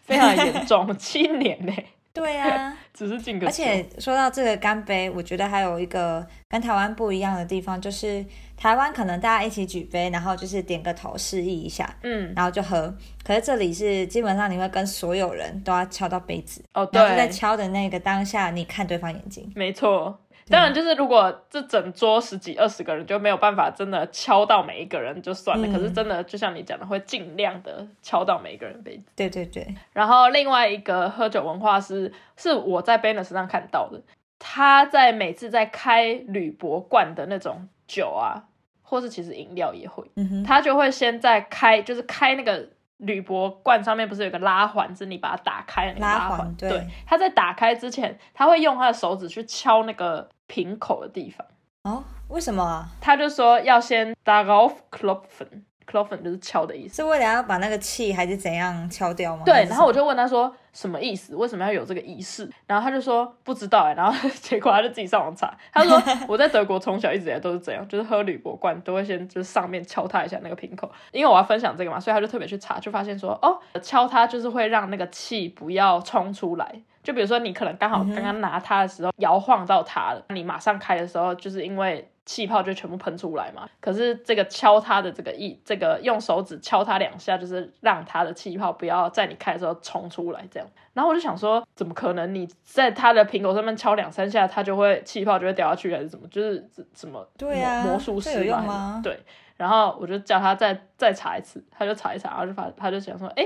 [SPEAKER 2] 非常严重，七年呢、
[SPEAKER 1] 对 啊。
[SPEAKER 2] 只是敬个
[SPEAKER 1] 而
[SPEAKER 2] 酒。
[SPEAKER 1] 且说到这个干杯，我觉得还有一个跟台湾不一样的地方，就是台湾可能大家一起举杯，然后就是点个头示意一下，
[SPEAKER 2] 嗯，
[SPEAKER 1] 然后就喝。可是这里是基本上你会跟所有人都要敲到杯子，
[SPEAKER 2] 哦，
[SPEAKER 1] 然后就在
[SPEAKER 2] 对，
[SPEAKER 1] 敲的那个当下，你看对方眼睛。
[SPEAKER 2] 没错。当然，就是如果这整桌十几二十个人就没有办法真的敲到每一个人就算了，
[SPEAKER 1] 嗯
[SPEAKER 2] 可是真的就像你讲的，会尽量的敲到每一个人杯子。
[SPEAKER 1] 对对对，
[SPEAKER 2] 然后另外一个喝酒文化是是我在 Banner 身上看到的，他在每次在开铝箔罐的那种酒啊，或是其实饮料也会，
[SPEAKER 1] 嗯哼，
[SPEAKER 2] 他就会先在开，就是开那个铝箔罐上面不是有个拉环，是你把它打开的那个
[SPEAKER 1] 拉
[SPEAKER 2] 拉
[SPEAKER 1] 环
[SPEAKER 2] 环。
[SPEAKER 1] 对
[SPEAKER 2] 他在打开之前，他会用他的手指去敲那个瓶口的地方。
[SPEAKER 1] 哦，为什么啊？
[SPEAKER 2] 他就说要先 darauf klopfen。 cloven 就是敲的意思。
[SPEAKER 1] 是为了要把那个气还是怎样敲掉吗？还
[SPEAKER 2] 对，
[SPEAKER 1] 是
[SPEAKER 2] 然后我
[SPEAKER 1] 什
[SPEAKER 2] 就问他说什么意思，为什么要有这个仪式？然后他就说不知道哎、然后结果他就自己上网查，他说我在德国从小一直以来都是这样，就是喝铝箔罐都会先就是上面敲它一下那个瓶口，因为我要分享这个嘛，所以他就特别去查，就发现说哦，敲它就是会让那个气不要冲出来。就比如说你可能刚好
[SPEAKER 1] 嗯哼
[SPEAKER 2] 刚刚拿它的时候摇晃到它了，你马上开的时候就是因为。气泡就全部喷出来嘛，可是这个敲它的这个意，这个用手指敲它两下，就是让它的气泡不要在你开的时候冲出来这样。然后我就想说，怎么可能？你在它的瓶口上面敲两三下，它就会气泡就会掉下去，还是怎么？就是怎怎么
[SPEAKER 1] 对啊
[SPEAKER 2] 魔魔术
[SPEAKER 1] 这
[SPEAKER 2] 师
[SPEAKER 1] 有用
[SPEAKER 2] 嘛
[SPEAKER 1] 吗
[SPEAKER 2] 对。然后我就叫他再再查一次，他就查一查，然后就发他就想说，哎，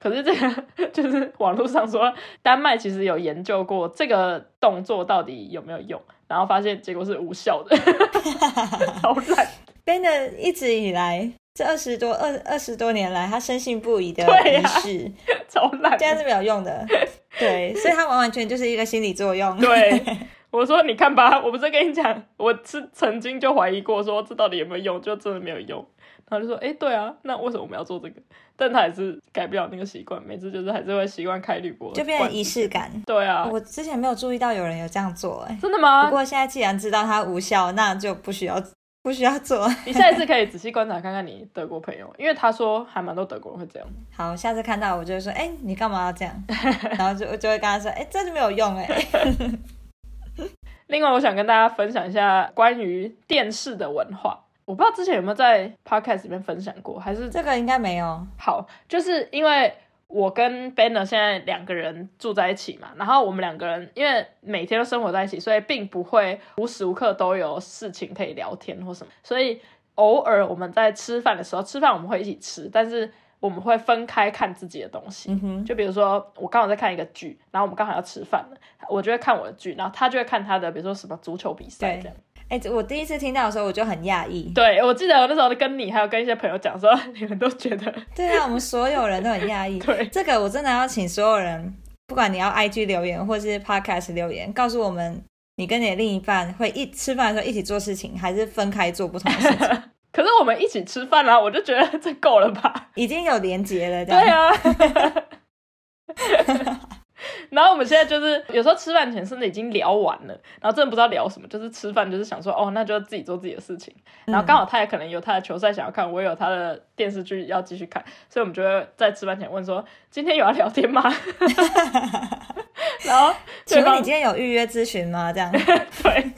[SPEAKER 2] 可是这个 就是网络上说，丹麦其实有研究过这个动作到底有没有用，然后发现结果是无效的， 超烂。
[SPEAKER 1] Ben 的一直以来，这二十多二二十多年来，他深信不疑的
[SPEAKER 2] 对
[SPEAKER 1] 仪
[SPEAKER 2] 啊
[SPEAKER 1] 式，
[SPEAKER 2] 超烂
[SPEAKER 1] 这。样是没有用的。对，所以他完完全就是一个心理作用。
[SPEAKER 2] 对，我说你看吧，我不是跟你讲，我是曾经就怀疑过，说这到底有没有用，就真的没有用。然后就说，哎，对啊，那为什么我们要做这个？但他还是改不了那个习惯，每次就是还是会习惯开滤波，
[SPEAKER 1] 就变成仪。式感。
[SPEAKER 2] 对啊，
[SPEAKER 1] 我之前没有注意到有人有这样做、哎，
[SPEAKER 2] 真的吗
[SPEAKER 1] 不？过现在既然知道它无效，那就不需要不需要做。
[SPEAKER 2] 你下一次可以仔细观察看看你德国朋友，因为他说还蛮多德国人会这样。
[SPEAKER 1] 好，下次看到我就会说，哎、你干嘛要这样？ 然后就我就会跟他说，哎、这就没有用、哎，
[SPEAKER 2] 另外，我想跟大家分享一下关于电视的文化。我不知道之前有没有在 podcast 里面分享过，还是
[SPEAKER 1] 这个应该没有。
[SPEAKER 2] 好，就是因为我跟 Banner 现在两个人住在一起嘛，然后我们两个人因为每天都生活在一起，所以并不会无时无刻都有事情可以聊天或什么，所以偶尔我们在吃饭的时候，吃饭我们会一起吃，但是我们会分开看自己的东西。
[SPEAKER 1] 嗯哼，
[SPEAKER 2] 就比如说，我刚好在看一个剧，然后我们刚好要吃饭了，我就会看我的剧，然后他就会看他的，比如说什么足球比赛
[SPEAKER 1] 对
[SPEAKER 2] 这样。
[SPEAKER 1] 哎、这我第一次听到的时候我就很讶异。
[SPEAKER 2] 对，我记得我那时候跟你还有跟一些朋友讲说， 你们都觉得
[SPEAKER 1] 对啊，我们所有人都很讶异。
[SPEAKER 2] 对
[SPEAKER 1] 这个我真的要请所有人，不管你要 IG 留言或是 Podcast 留言，告诉我们你跟你的另一半会一吃饭的时候一起做事情，还是分开做不同的事 情，
[SPEAKER 2] 可是我们一起吃饭啦、啊我就觉得这够了吧？
[SPEAKER 1] 已经有连结了。这
[SPEAKER 2] 对
[SPEAKER 1] 样，
[SPEAKER 2] 啊。 然后我们现在就是有时候吃饭前甚至已经聊完了，然后真的不知道聊什么，就是吃饭就是想说哦，那就自己做自己的事情。
[SPEAKER 1] 嗯
[SPEAKER 2] 然后刚好他也可能有他的球赛想要看，我也有他的电视剧要继续看，所以我们就会在吃饭前问说今天有要聊天 吗？然后
[SPEAKER 1] 请
[SPEAKER 2] 对
[SPEAKER 1] 问
[SPEAKER 2] 方
[SPEAKER 1] 你今天有预约咨询吗？这样，
[SPEAKER 2] 对，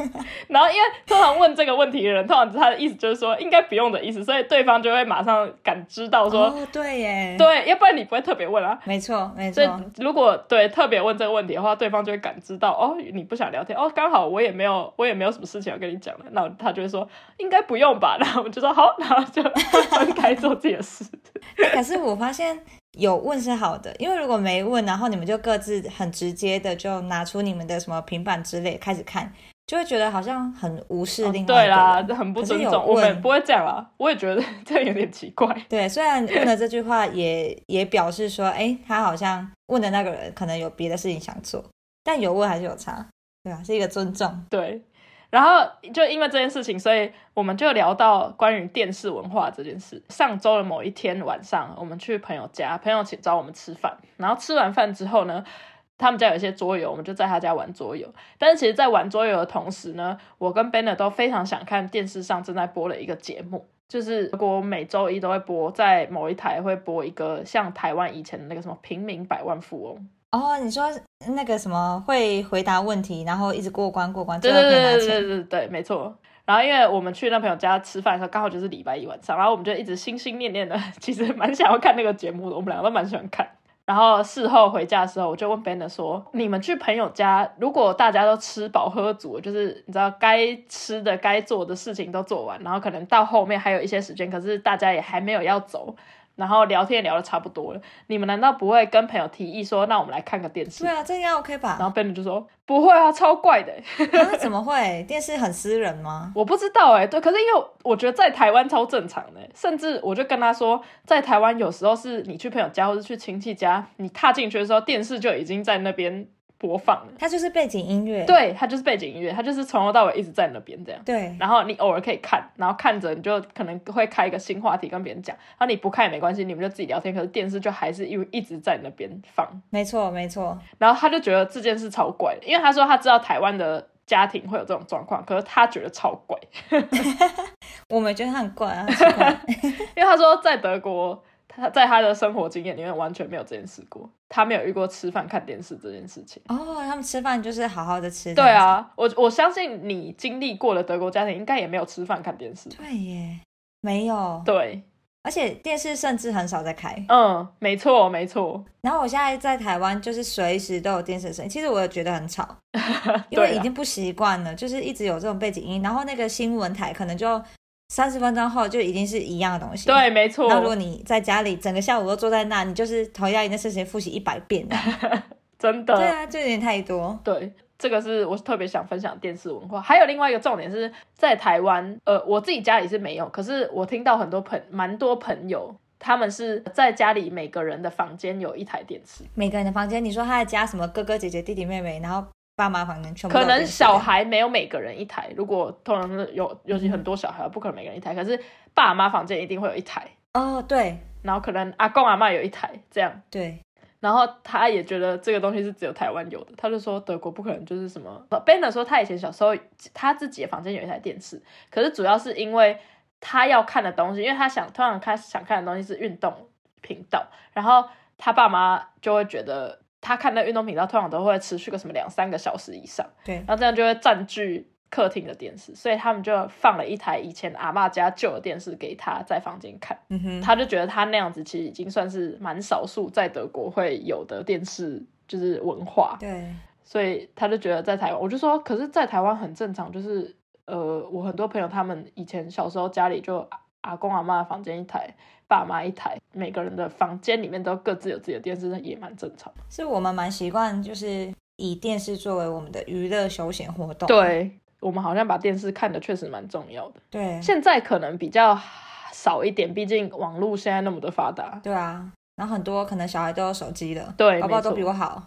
[SPEAKER 2] 然后因为通常问这个问题的人，通常他的意思就是说应该不用的意思，所以对方就会马上感知到 说，
[SPEAKER 1] 哦，对耶，
[SPEAKER 2] 对，要不然你不会特别问啊。
[SPEAKER 1] 没错，没
[SPEAKER 2] 所以
[SPEAKER 1] 错，
[SPEAKER 2] 如果对特别问这个问题的话，对方就会感知到哦，你不想聊天哦，刚好我也没有我也没有什么事情要跟你讲了，那他就会说应该不用吧，然 后我们就说好，然后就分开做自己的事。
[SPEAKER 1] 可是我发现有问是好的，因为如果没问，然后你们就各自很直接的就拿出你们的什么平板之类开始看，就会觉得好像很无视另外
[SPEAKER 2] 哦嗯对
[SPEAKER 1] 一个人。
[SPEAKER 2] 啦，很不尊
[SPEAKER 1] 可是
[SPEAKER 2] 重，
[SPEAKER 1] 有
[SPEAKER 2] 我们
[SPEAKER 1] 问
[SPEAKER 2] 不会这样啦，我也觉得 这样有点奇怪。
[SPEAKER 1] 对，虽然问了这句话也，也表示说，哎，他好像问的那个人可能有别的事情想做，但有问还是有差，对啊吧？是一个尊重。
[SPEAKER 2] 对，然后就因为这件事情，所以我们就聊到关于电视文化这件事。上周的某一天晚上，我们去朋友家，朋友请找我们吃饭，然后吃完饭之后呢。他们家有一些桌游，我们就在他家玩桌游。但是其实，在玩桌游的同时呢，我跟 Banner 都非常想看电视上正在播的一个节目，就是如果每周一都会播，在某一台会播一个像台湾以前的那个什么平民百万富翁，
[SPEAKER 1] 哦，你说那个什么会回答问题，然后一直过关过关，
[SPEAKER 2] 对
[SPEAKER 1] 最后
[SPEAKER 2] 对
[SPEAKER 1] 可以拿
[SPEAKER 2] 对对
[SPEAKER 1] 钱。
[SPEAKER 2] 对对对，没错。然后因为我们去那朋友家吃饭的时候，刚好就是礼拜一晚上，然后我们就一直心心念念的， 其实蛮想要看那个节目的，我们两个都蛮喜欢看。然后事后回家的时候，我就问 Ben 说：“你们去朋友家，如果大家都吃饱喝足，就是你知道该吃的、该做的事情都做完，然后可能到后面还有一些时间，可是大家也还没有要走，然后聊天也聊的差不多了，你们难道不会跟朋友提议说，那我们来看个电视
[SPEAKER 1] 对？”啊，这应该 OK 吧？
[SPEAKER 2] 然后 Ben 就说：“不会啊，超怪的欸、
[SPEAKER 1] 啊，怎么会？电视很私人吗？
[SPEAKER 2] 我不知道哎、对，可是因为我觉得在台湾超正常的欸、甚至我就跟他说，在台湾有时候是你去朋友家或者去亲戚家，你踏进去的时候，电视就已经在那边播放的。
[SPEAKER 1] 它就是背景音乐。
[SPEAKER 2] 对，它就是背景音乐，它就是从头到尾一直在那边这样。
[SPEAKER 1] 对
[SPEAKER 2] 然后你偶尔可以看，然后看着你就可能会开一个新话题跟别人讲，然后你不看也没关系，你们就自己聊天。可是电视就还是因为一直在那边放，
[SPEAKER 1] 没错没错，
[SPEAKER 2] 然后他就觉得这件事超怪的，因为他说他知道台湾的家庭会有这种状况，可是他觉得超怪，
[SPEAKER 1] 我们觉得它很怪 啊，很奇怪
[SPEAKER 2] 因为他说在德国，他在他的生活经验里面完全没有这件事过，他没有遇过吃饭看电视这件事情。
[SPEAKER 1] 哦，他们吃饭就是好好的吃。
[SPEAKER 2] 对，啊，我我相信你经历过的德国家庭应该也没有吃饭看电视。
[SPEAKER 1] 对耶，没有，
[SPEAKER 2] 对，
[SPEAKER 1] 而且电视甚至很少在开。
[SPEAKER 2] 嗯，没错，没错，
[SPEAKER 1] 然后我现在在台湾，就是随时都有电视声音，其实我也觉得很 吵，因为
[SPEAKER 2] 对
[SPEAKER 1] 已
[SPEAKER 2] 啊，
[SPEAKER 1] 经不习惯了，就是一直有这种背景音，然后那个新闻台可能就三十分钟后就已经是一样的东西。。
[SPEAKER 2] 对，没错
[SPEAKER 1] 那，如果你在家里整个下午都坐在那，你就是同样一件事情复习一百遍的。
[SPEAKER 2] 真的，
[SPEAKER 1] 对啊，就有点太多。
[SPEAKER 2] 对，这个是我特别想分享的电视文化。还有另外一个重点是在台湾，呃，我自己家里是没有，可是我听到很多朋蛮多朋友，他们是在家里每个人的房间有一台电视，
[SPEAKER 1] 每个人的房间，你说他的家什么哥哥姐姐弟弟妹妹，然后爸妈房间全部都
[SPEAKER 2] 可
[SPEAKER 1] 有
[SPEAKER 2] 能
[SPEAKER 1] 电视
[SPEAKER 2] 小孩没有每个人一台，如果通常是有，尤其很多小孩不可能每个人一台，可是爸妈房间一定会有一台，
[SPEAKER 1] 哦，对
[SPEAKER 2] 然后可能阿公阿妈有一台这样。
[SPEAKER 1] 对，
[SPEAKER 2] 然后他也觉得这个东西是只有台湾有的，他就说德国不可能就是什么。Banner 说他以前小时候他自己的房间有一台电视，可是主要是因为他要看的东西，因为他想通常他想看的东西是运动频道，然后他爸妈就会觉得他看那运动频道通常都会持续个什么两三个小时以上，
[SPEAKER 1] 对
[SPEAKER 2] 然后这样就会占据客厅的电视，所以他们就放了一台以前阿嬷家旧的电视给他在房间看。
[SPEAKER 1] 嗯哼，
[SPEAKER 2] 他就觉得他那样子其实已经算是蛮少数在德国会有的电视就是文化，
[SPEAKER 1] 对
[SPEAKER 2] 所以他就觉得在台湾，我就说，可是，在台湾很正常，就是呃，我很多朋友他们以前小时候家里就阿阿公阿妈房间一台，爸妈一台，每个人的房间里面都各自有自己的电视，那也蛮正常。
[SPEAKER 1] 是我们蛮习惯，就是以电视作为我们的娱乐休闲活动。
[SPEAKER 2] 对我们好像把电视看的确实蛮重要的，
[SPEAKER 1] 对
[SPEAKER 2] 现在可能比较少一点，毕竟网络现在那么的发达。
[SPEAKER 1] 对啊，然后很多可能小孩都有手机了，
[SPEAKER 2] 对
[SPEAKER 1] 宝宝
[SPEAKER 2] 没错
[SPEAKER 1] 都比我 好。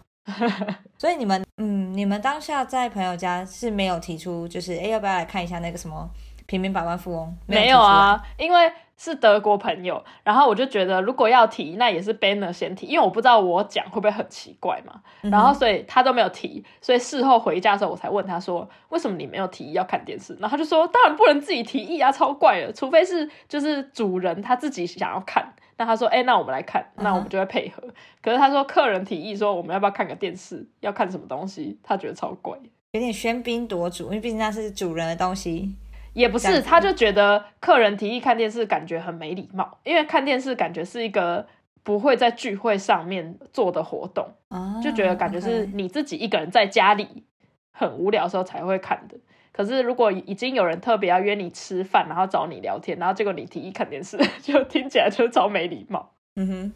[SPEAKER 1] 所以你们，嗯，你们当下在朋友家是没有提出，就是哎，要不要来看一下那个什么《平民百万富翁》？
[SPEAKER 2] 没
[SPEAKER 1] 提
[SPEAKER 2] 有
[SPEAKER 1] 出来，
[SPEAKER 2] 啊，因为是德国朋友，然后我就觉得如果要提，那也是 Banner 先提，因为我不知道我讲会不会很奇怪嘛。
[SPEAKER 1] 嗯哼
[SPEAKER 2] 然后所以他都没有提，所以事后回家的时候我才问他说，为什么你没有提议要看电视？然后他就说，当然不能自己提议啊，超怪的，除非是就是主人他自己想要看。那他说，哎、那我们来看，那
[SPEAKER 1] 嗯
[SPEAKER 2] 我们就会配合。可是他说，客人提议说我们要不要看个电视，要看什么东西，他觉得超怪。
[SPEAKER 1] 有点喧宾夺主，因为毕竟那是主人的东西。
[SPEAKER 2] 也不
[SPEAKER 1] 这样
[SPEAKER 2] 是，
[SPEAKER 1] 子
[SPEAKER 2] 他就觉得客人提议看电视，感觉很没礼貌，因为看电视感觉是一个不会在聚会上面做的活动，
[SPEAKER 1] 啊，
[SPEAKER 2] 就觉得感觉是
[SPEAKER 1] OK
[SPEAKER 2] 你自己一个人在家里很无聊的时候才会看的。可是如果已经有人特别要约你吃饭，然后找你聊天，然后结果你提议看电视， 就听起来就是超没礼貌。
[SPEAKER 1] 嗯哼，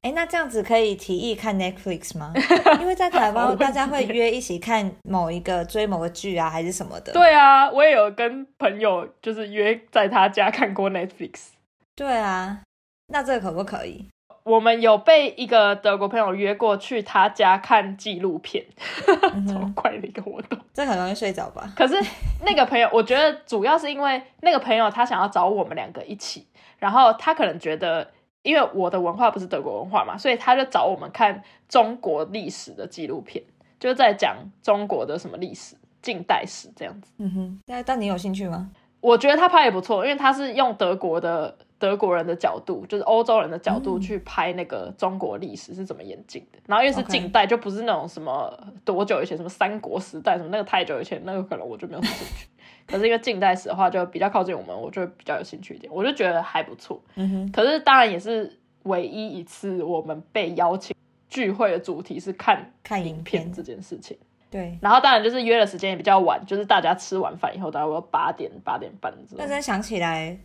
[SPEAKER 1] 哎，那这样子可以提议看 Netflix 吗？因为在台
[SPEAKER 2] 好
[SPEAKER 1] 湾
[SPEAKER 2] 问
[SPEAKER 1] 大家
[SPEAKER 2] 题
[SPEAKER 1] 会约一起看某一个追某个剧啊，还是什么的。
[SPEAKER 2] 对啊，我也有跟朋友就是约在他家看过 Netflix。
[SPEAKER 1] 对啊，那这个可不可以？
[SPEAKER 2] 我们有被一个德国朋友约过去他家看纪录片，
[SPEAKER 1] 嗯
[SPEAKER 2] 超
[SPEAKER 1] 哼
[SPEAKER 2] 怪的一个活动。
[SPEAKER 1] 这很容易睡着吧？
[SPEAKER 2] 可是那个朋友，我觉得主要是因为那个朋友他想要找我们两个一起，然后他可能觉得，因为我的文化不是德国文化嘛，所以他就找我们看中国历史的纪录片，就是在讲中国的什么历史、近代史这样子。
[SPEAKER 1] 嗯哼，那但你有兴趣吗？
[SPEAKER 2] 我觉得他拍也不错，因为他是用德国的德国人的角度，就是欧洲人的角度去拍那个中国历史是怎么演进的。然后因为是
[SPEAKER 1] OK
[SPEAKER 2] 近代，就不是那种什么多久以前，什么三国时代，什么那个太久以前，那个可能我就没有什么兴趣。可是因为近代史的话，就比较靠近我们，我就比较有兴趣一点，我就觉得还不错。
[SPEAKER 1] 嗯哼，
[SPEAKER 2] 可是当然也是唯一一次我们被邀请聚会的主题是看
[SPEAKER 1] 看影
[SPEAKER 2] 影片
[SPEAKER 1] 片
[SPEAKER 2] 这件事情。
[SPEAKER 1] 对，
[SPEAKER 2] 然后当然就是约的时间也比较晚，就是大家吃完饭以后，大概我八点八点半这
[SPEAKER 1] 认
[SPEAKER 2] 种。
[SPEAKER 1] 真想起来，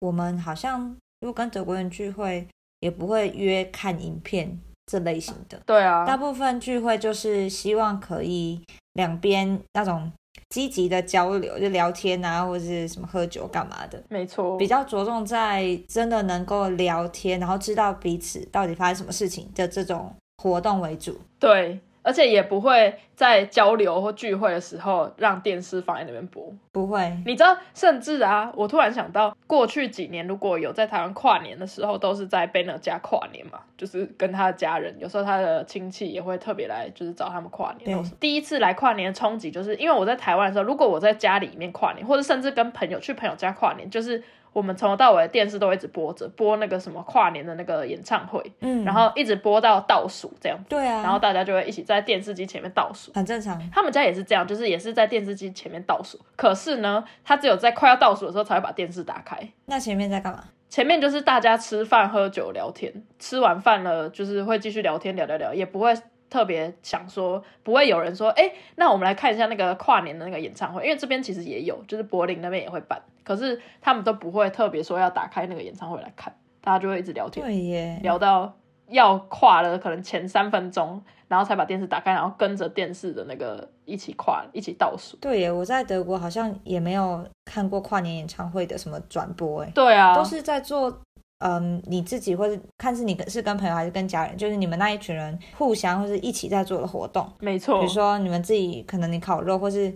[SPEAKER 1] 我们好像如果跟德国人聚会，也不会约看影片这类型的。
[SPEAKER 2] 对啊，
[SPEAKER 1] 大部分聚会就是希望可以两边那种积极的交流，就聊天啊，或者是什么喝酒干嘛的，
[SPEAKER 2] 没错，
[SPEAKER 1] 比较着重在真的能够聊天，然后知道彼此到底发生什么事情的这种活动为主。
[SPEAKER 2] 对。而且也不会在交流或聚会的时候让电视放在那边播。
[SPEAKER 1] 不会，
[SPEAKER 2] 你知道，甚至啊，我突然想到，过去几年如果有在台湾跨年的时候，都是在 Banner 家跨年嘛，就是跟他的家人，有时候他的亲戚也会特别来，就是找他们跨年。
[SPEAKER 1] 对
[SPEAKER 2] 然后第一次来跨年的冲击，就是因为我在台湾的时候，如果我在家里面跨年，或者甚至跟朋友去朋友家跨年，就是我们从头到尾的电视都一直播着播那个什么跨年的那个演唱会，
[SPEAKER 1] 嗯，
[SPEAKER 2] 然后一直播到倒数这样子，
[SPEAKER 1] 对啊，
[SPEAKER 2] 然后大家就会一起在电视机前面倒数。
[SPEAKER 1] 很正常，
[SPEAKER 2] 他们家也是这样，就是也是在电视机前面倒数，可是呢，他只有在快要倒数的时候才会把电视打开。
[SPEAKER 1] 那前面在干嘛？
[SPEAKER 2] 前面就是大家吃饭、喝酒、聊天，吃完饭了就是会继续聊天，聊聊聊，也不会特别想说，不会有人说，哎、那我们来看一下那个跨年的那个演唱会，因为这边其实也有，就是柏林那边也会办，可是他们都不会特别说要打开那个演唱会来看，大家就会一直聊天，
[SPEAKER 1] 对耶，
[SPEAKER 2] 聊到要跨了，可能前三分钟，然后才把电视打开，然后跟着电视的那个一起跨，一起倒数。
[SPEAKER 1] 对耶，我在德国好像也没有看过跨年演唱会的什么转播，哎，
[SPEAKER 2] 对啊，
[SPEAKER 1] 都是在做。嗯，你自己或者看是你跟是跟朋友还是跟家人，就是你们那一群人互相或是一起在做的活动，
[SPEAKER 2] 没错。
[SPEAKER 1] 比如说你们自己可能你烤肉或是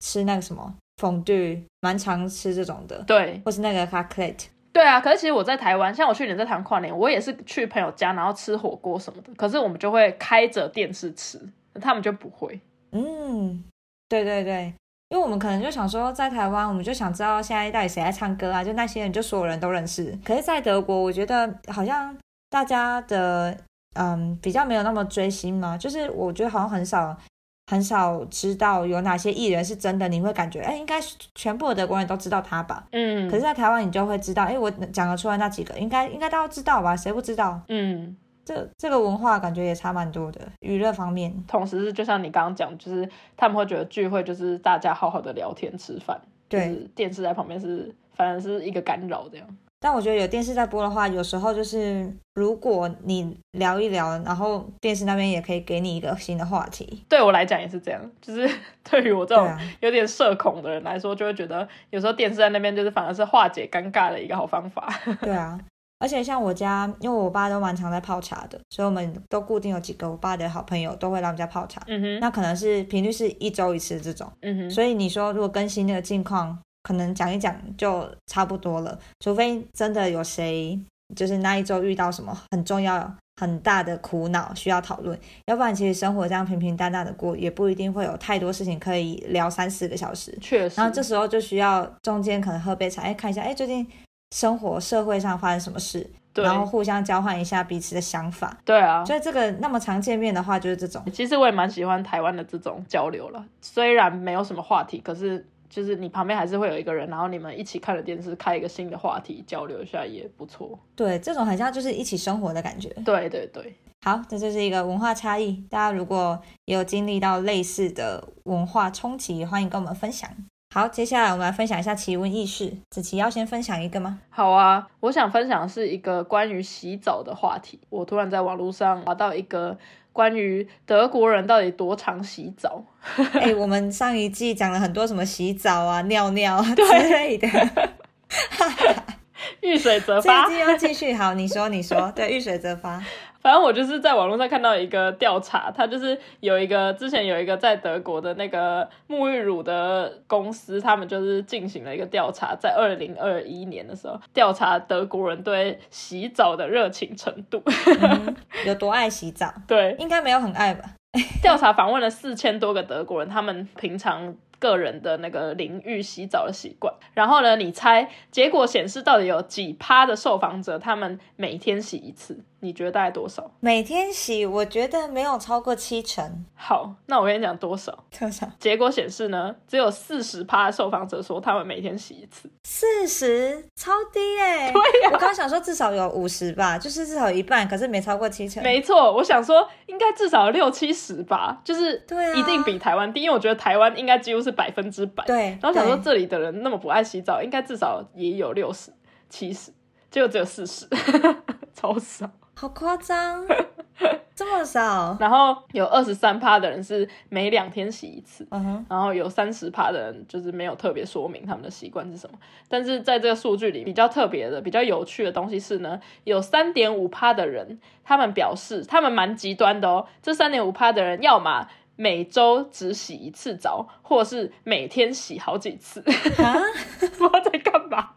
[SPEAKER 1] 吃那个什么 fondue，蛮常吃这种的，
[SPEAKER 2] 对
[SPEAKER 1] 或是那个 c a c l e t
[SPEAKER 2] 对啊，可是其实我在台湾，像我去年在台湾跨年，我也是去朋友家，然后吃火锅什么的。可是我们就会开着电视吃，他们就不会。
[SPEAKER 1] 嗯，对对对，因为我们可能就想说，在台湾，我们就想知道现在到底谁在唱歌啊，就那些人，就所有人都认识。可是，在德国，我觉得好像大家的嗯比较没有那么追星嘛，就是我觉得好像很少很少知道有哪些艺人是真的，你会感觉哎，应该是全部的德国人都知道他吧。
[SPEAKER 2] 嗯，
[SPEAKER 1] 可是，在台湾，你就会知道，哎，我讲得出来那几个，应该应该大家都知道吧？谁不知道？
[SPEAKER 2] 嗯，
[SPEAKER 1] 这这个文化感觉也差蛮多的，娱乐方面。
[SPEAKER 2] 同时是就像你刚刚讲，就是他们会觉得聚会就是大家好好的聊天吃饭，
[SPEAKER 1] 对，
[SPEAKER 2] 就是电视在旁边是反而是一个干扰这样。
[SPEAKER 1] 但我觉得有电视在播的话，有时候就是如果你聊一聊，然后电视那边也可以给你一个新的话题。
[SPEAKER 2] 对我来讲也是这样，就是 对于我这
[SPEAKER 1] 对
[SPEAKER 2] 种
[SPEAKER 1] 啊，
[SPEAKER 2] 有点社恐的人来说，就会觉得有时候电视在那边就是反而是化解尴尬的一个好方法。
[SPEAKER 1] 对啊。而且像我家，因为我爸都蛮常在泡茶的，所以我们都固定有几个我爸的好朋友都会来我们家泡茶。
[SPEAKER 2] 嗯哼，
[SPEAKER 1] 那可能是频率是一周一次这种，
[SPEAKER 2] 嗯哼，
[SPEAKER 1] 所以你说如果更新那个近况，可能讲一讲就差不多了，除非真的有谁就是那一周遇到什么很重要、很大的苦恼需要讨论，要不然其实生活这样平平淡淡的过，也不一定会有太多事情可以聊三四个小时。
[SPEAKER 2] 确实。
[SPEAKER 1] 然后这时候就需要中间可能喝杯茶，哎，看一下，哎，最近生活社会上发生什么事，
[SPEAKER 2] 对
[SPEAKER 1] 然后互相交换一下彼此的想法。
[SPEAKER 2] 对啊，
[SPEAKER 1] 所以这个那么常见面的话，就是这种。
[SPEAKER 2] 其实我也蛮喜欢台湾的这种交流了，虽然没有什么话题，可是就是你旁边还是会有一个人，然后你们一起看着电视，开一个新的话题交流一下也不错。
[SPEAKER 1] 对，这种很像就是一起生活的感觉。
[SPEAKER 2] 对对对，
[SPEAKER 1] 好，这就是一个文化差异。大家如果也有经历到类似的文化冲击，也欢迎跟我们分享。好，接下来我们来分享一下奇闻异事。子琪要先分享一个 吗？
[SPEAKER 2] 好啊，我想分享的是一个关于洗澡的话题。我突然在网络上查到一个关于德国人到底多常洗澡，
[SPEAKER 1] 哎、我们上一季讲了很多什么洗澡啊、尿尿啊之类的，
[SPEAKER 2] 遇水则
[SPEAKER 1] 这
[SPEAKER 2] 发
[SPEAKER 1] 一。季要继续。好，你说，你说，对，遇水则发。
[SPEAKER 2] 反正我就是在网络上看到一个调查，它就是有一个之前有一个在德国的那个沐浴乳的公司，他们就是进行了一个调查，在二零二一年的时候调查德国人对洗澡的热情程度。
[SPEAKER 1] 嗯有多爱洗澡？
[SPEAKER 2] 对，
[SPEAKER 1] 应该没有很爱吧？
[SPEAKER 2] 调查访问了四千多个德国人，他们平常个人的那个淋浴洗澡的习惯。然后呢，你猜结果显示到底有几趴的受访者他们每天洗一次？你觉得大概多少？
[SPEAKER 1] 每天洗，我觉得没有超过七成。
[SPEAKER 2] 好，那我跟你讲多少。
[SPEAKER 1] 多少？
[SPEAKER 2] 结果显示呢，只有四十趴受访者说他们每天洗一次。
[SPEAKER 1] 四十，超低哎、
[SPEAKER 2] 对呀
[SPEAKER 1] 我刚想说至少有五十吧，就是至少有一半，可是没超过七成。
[SPEAKER 2] 没错，我想说应该至少六七十吧，就是
[SPEAKER 1] 对啊
[SPEAKER 2] 一定比台湾低，因为我觉得台湾应该几乎是百分之百。
[SPEAKER 1] 对，
[SPEAKER 2] 然后想说
[SPEAKER 1] 对
[SPEAKER 2] 这里的人那么不爱洗澡，应该至少也有六十、 七十，结果只有四十，超少。
[SPEAKER 1] 好夸张，这么么少？
[SPEAKER 2] 然后有二十三趴的人是每两天洗一次，
[SPEAKER 1] 嗯哼，
[SPEAKER 2] 然后有三十趴的人就是没有特别说明他们的习惯是什么。但是在这个数据里，比较特别的、比较有趣的东西是呢，有三点五趴的人，他们表示他们蛮极端的哦。这三点五趴的人，要么每周只洗一次澡，或是每天洗好几次，
[SPEAKER 1] 啊，
[SPEAKER 2] 不知道在干嘛。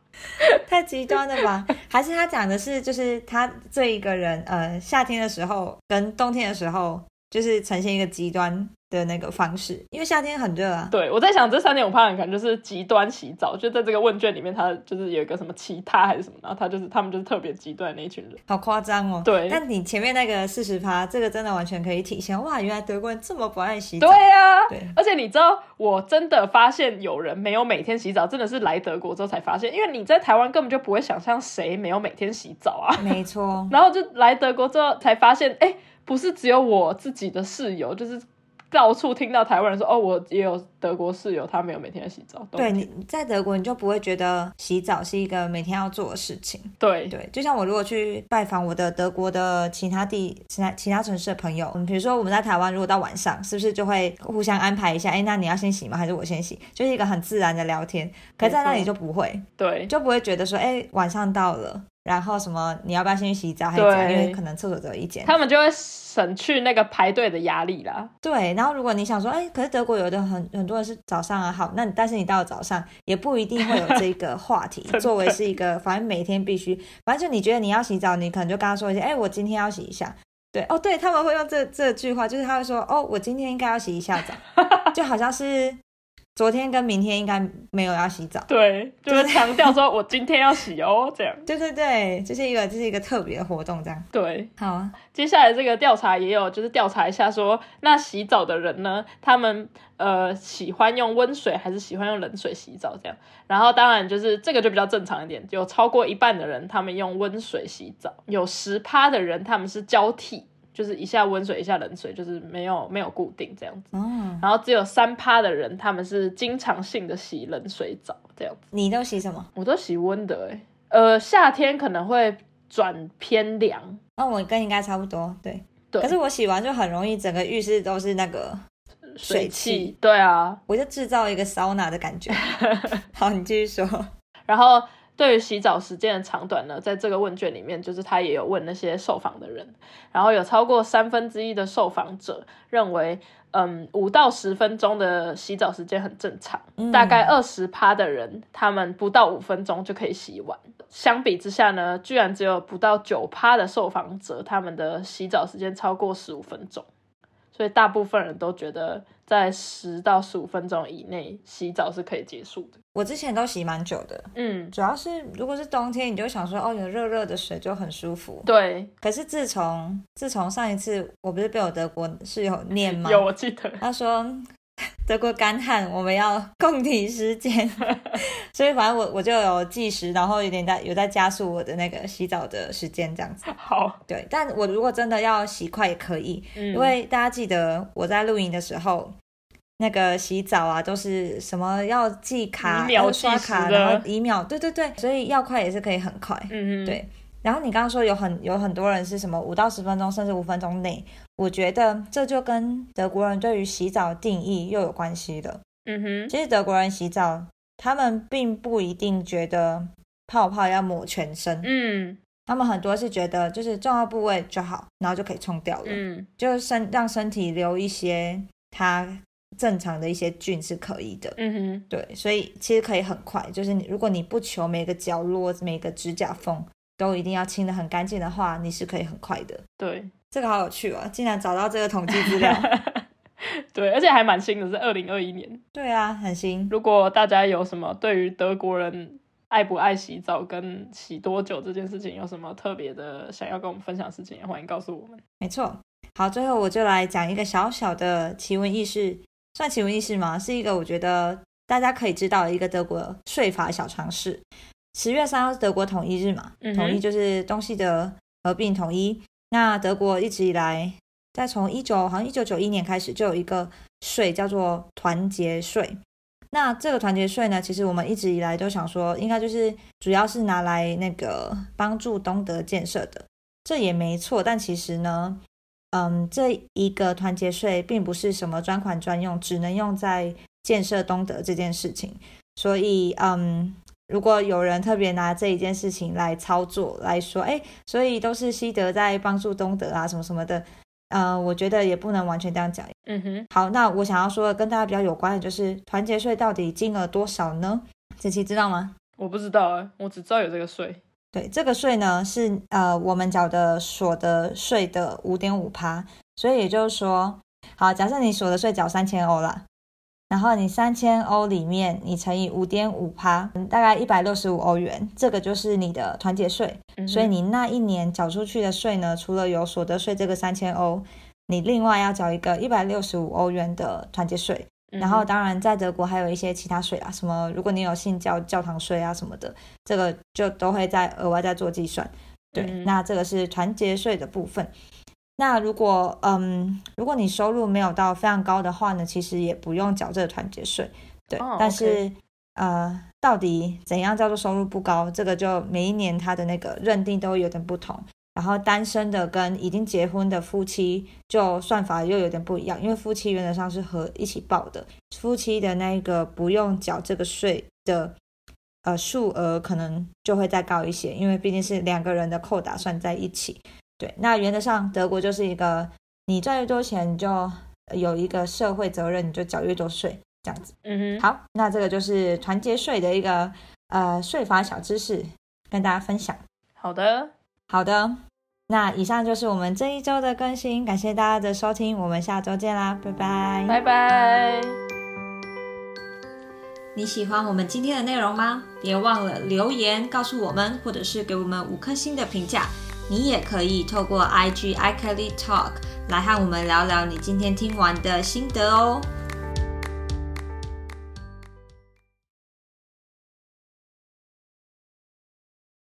[SPEAKER 1] 太极端了 吧？还是他讲的是，就是他这一个人，呃，夏天的时候跟冬天的时候，就是呈现一个极端的那个方式，因为夏天很热啊。
[SPEAKER 2] 对，我在想这三点五趴人可能就是极端洗澡，就在这个问卷里面，他就是有一个什么其他还是什么，然后他就是他们就是特别极端的那一群人。
[SPEAKER 1] 好夸张哦！
[SPEAKER 2] 对
[SPEAKER 1] 但你前面那个四十趴，这个真的完全可以体现。哇，原来德国人这么不爱洗澡
[SPEAKER 2] 对。啊呀、
[SPEAKER 1] 对
[SPEAKER 2] 而且你知道，我真的发现有人没有每天洗澡，真的是来德国之后才发现，因为你在台湾根本就不会想象谁没有每天洗澡啊。
[SPEAKER 1] 没错，
[SPEAKER 2] 然后就来德国之后才发现，哎，不是只有我自己的室友，就是到处听到台湾人说，哦，我也有德国室友，他没有每天在洗澡。冬
[SPEAKER 1] 对
[SPEAKER 2] 天
[SPEAKER 1] 你在德国，你就不会觉得洗澡是一个每天要做的事情。
[SPEAKER 2] 对
[SPEAKER 1] 对，就像我如果去拜访我的德国的其他地、其他其他城市的朋友，嗯，比如说我们在台湾，如果到晚上，是不是就会互相安排一下？哎，那你要先洗吗？还是我先洗？就是一个很自然的聊天。可在那
[SPEAKER 2] 没
[SPEAKER 1] 里
[SPEAKER 2] 错
[SPEAKER 1] 就不会，
[SPEAKER 2] 对
[SPEAKER 1] 就不会觉得说，哎，晚上到了，然后什么你要不要先去洗澡还是怎样？因为
[SPEAKER 2] 对
[SPEAKER 1] 可能厕所只有一间。
[SPEAKER 2] 他们就会省去那个排队的压力啦。
[SPEAKER 1] 对，然后如果你想说，哎，可是德国有的很很多人是早上啊，好，那你但是你到了早上也不一定会有 这个话题
[SPEAKER 2] 的
[SPEAKER 1] 作为是一个，反正每天必须，反正就你觉得你要洗澡，你可能就跟他说一下，哎，我今天要洗一下。对，哦，对，他们会用这这句话，就是他会说，哦，我今天应该要洗一下澡， 就好像是昨天跟明天应该没有要洗澡。
[SPEAKER 2] 对，就是强调说我今天要洗哦，这样。
[SPEAKER 1] 对对对，这、是一个这、是一个特别的活动，这样
[SPEAKER 2] 对，
[SPEAKER 1] 好啊。
[SPEAKER 2] 接下来这个调查也有，就是调查一下说，那洗澡的人呢，他们呃喜欢用温水还是喜欢用冷水洗澡这样。然后当然就是这个就比较正常一点，有超过一半的人他们用温水洗澡，有十趴的人他们是交替，就是一下温水一下冷水，就是没有没有固定这样子。
[SPEAKER 1] 哦，
[SPEAKER 2] 然后只有三趴的人他们是经常性的洗冷水澡这样子。
[SPEAKER 1] 你都洗什么？
[SPEAKER 2] 我都洗温的、欸，呃，夏天可能会转偏凉，
[SPEAKER 1] 哦，我跟你应该差不多，对。
[SPEAKER 2] 对
[SPEAKER 1] 可是我洗完就很容易，整个浴室都是那个，水
[SPEAKER 2] 汽
[SPEAKER 1] 汽，
[SPEAKER 2] 对啊。
[SPEAKER 1] 我就制造一个桑拿的感觉。好，你继续说。
[SPEAKER 2] 然后对于洗澡时间的长短呢，在这个问卷里面，就是他也有问那些受访的人，然后有超过三分之一的受访者认为，嗯，五到十分钟的洗澡时间很正常，
[SPEAKER 1] 嗯
[SPEAKER 2] 大概二十趴的人，他们不到五分钟就可以洗完。相比之下呢，居然只有不到九趴的受访者，他们的洗澡时间超过十五分钟，所以大部分人都觉得在十到十五分钟以内洗澡是可以结束的。
[SPEAKER 1] 我之前都洗蛮久的，
[SPEAKER 2] 嗯，
[SPEAKER 1] 主要是如果是冬天，你就想说哦，有热热的水就很舒服。
[SPEAKER 2] 对，
[SPEAKER 1] 可是自从自从上一次我不是被我德国室友念吗？
[SPEAKER 2] 有我记得，
[SPEAKER 1] 他说德国干旱，我们要共体时间，所以反正我我就有计时，然后有点在有在加速我的那个洗澡的时间这样子。
[SPEAKER 2] 好，
[SPEAKER 1] 对，但我如果真的要洗快也可以，
[SPEAKER 2] 嗯，
[SPEAKER 1] 因为大家记得我在露营的时候，那个洗澡啊都是什么要记卡、
[SPEAKER 2] 以秒
[SPEAKER 1] 要刷
[SPEAKER 2] 计时
[SPEAKER 1] 卡，
[SPEAKER 2] 的
[SPEAKER 1] 然后一秒，对对对，所以要快也是可以很快。
[SPEAKER 2] 嗯哼，
[SPEAKER 1] 对然后你刚刚说有很有很多人是什么五到十分钟，甚至五分钟内，我觉得这就跟德国人对于洗澡的定义又有关系了。
[SPEAKER 2] 嗯哼，
[SPEAKER 1] 其实德国人洗澡，他们并不一定觉得泡泡要抹全身，
[SPEAKER 2] 嗯
[SPEAKER 1] 他们很多是觉得就是重要部位就好，然后就可以冲掉了。
[SPEAKER 2] 嗯，
[SPEAKER 1] 就身让身体留一些它正常的一些菌是可以的。
[SPEAKER 2] 嗯哼，
[SPEAKER 1] 对，所以其实可以很快，就是你如果你不求每个角落、每个指甲缝都一定要清的很干净的话，你是可以很快的。
[SPEAKER 2] 对
[SPEAKER 1] 这个好有趣哦，竟然找到这个统计资 料。
[SPEAKER 2] 对，而且还蛮新的，是二零二一年。
[SPEAKER 1] 对啊，很新。
[SPEAKER 2] 如果大家有什么对于德国人爱不爱洗澡跟洗多久这件事情有什么特别的想要跟我们分享的事情，也欢迎告诉我们。
[SPEAKER 1] 没错。好，最后我就来讲一个小小的奇闻异事，算奇闻异事吗？是一个我觉得大家可以知道的一个德国税法小常识。十月三号是德国统一日嘛，
[SPEAKER 2] 嗯哼
[SPEAKER 1] 统一就是东西德合并统一。那德国一直以来，在从一九好像一九九一年开始就有一个税叫做团结税。那这个团结税呢，其实我们一直以来都想说，应该就是主要是拿来那个帮助东德建设的，这也没错。但其实呢，嗯，这一个团结税并不是什么专款专用，只能用在建设东德这件事情。所以，嗯，如果有人特别拿这一件事情来操作，来说，哎，所以都是西德在帮助东德啊，什么什么的，呃，我觉得也不能完全这样讲。
[SPEAKER 2] 嗯哼，
[SPEAKER 1] 好，那我想要说的跟大家比较有关的就是团结税到底金额多少呢？子琪知道吗？
[SPEAKER 2] 我不知道啊、我只知道有这个税。
[SPEAKER 1] 对，这个税呢是呃我们缴的所得税的五点五趴，所以也就是说，好，假设你所得税缴三千欧啦，然后你三千欧里面你乘以五点五趴，嗯大概一百六十五欧元，这个就是你的团结税。
[SPEAKER 2] 嗯哼
[SPEAKER 1] 所以你那一年缴出去的税呢，除了有所得税这个三千欧，你另外要缴一个一百六十五欧元的团结税。然后，
[SPEAKER 2] 嗯哼
[SPEAKER 1] 当然，在德国还有一些其他税啊，什么如果你有信教教堂税啊什么的，这个就都会再额外再做计算。对，
[SPEAKER 2] 嗯
[SPEAKER 1] 那这个是团结税的部分。那如果嗯，如果你收入没有到非常高的话呢，其实也不用缴这个团结税。对，
[SPEAKER 2] 哦
[SPEAKER 1] 但
[SPEAKER 2] OK
[SPEAKER 1] 是呃，到底怎样叫做收入不高，这个就每一年它的那个认定都有点不同。然后单身的跟已经结婚的夫妻，就算法又有点不一样，因为夫妻原则上是合一起报的，夫妻的那个不用缴这个税的呃数额可能就会再高一些，因为毕竟是两个人的扣打算在一起。对，那原则上德国就是一个你赚越多钱，你就呃有一个社会责任，你就缴越多税这样子。
[SPEAKER 2] 嗯哼，
[SPEAKER 1] 好，那这个就是团结税的一个呃税法小知识跟大家分享。
[SPEAKER 2] 好的，
[SPEAKER 1] 好的，那以上就是我们这一周的更新，感谢大家的收听，我们下周见啦，拜拜。
[SPEAKER 2] 拜拜。
[SPEAKER 1] 你喜欢我们今天的内容吗？别忘了留言告诉我们，或者是给我们五颗星的评价。你也可以透过 IG iKelly Talk 来和我们聊聊你今天听完的心得哦。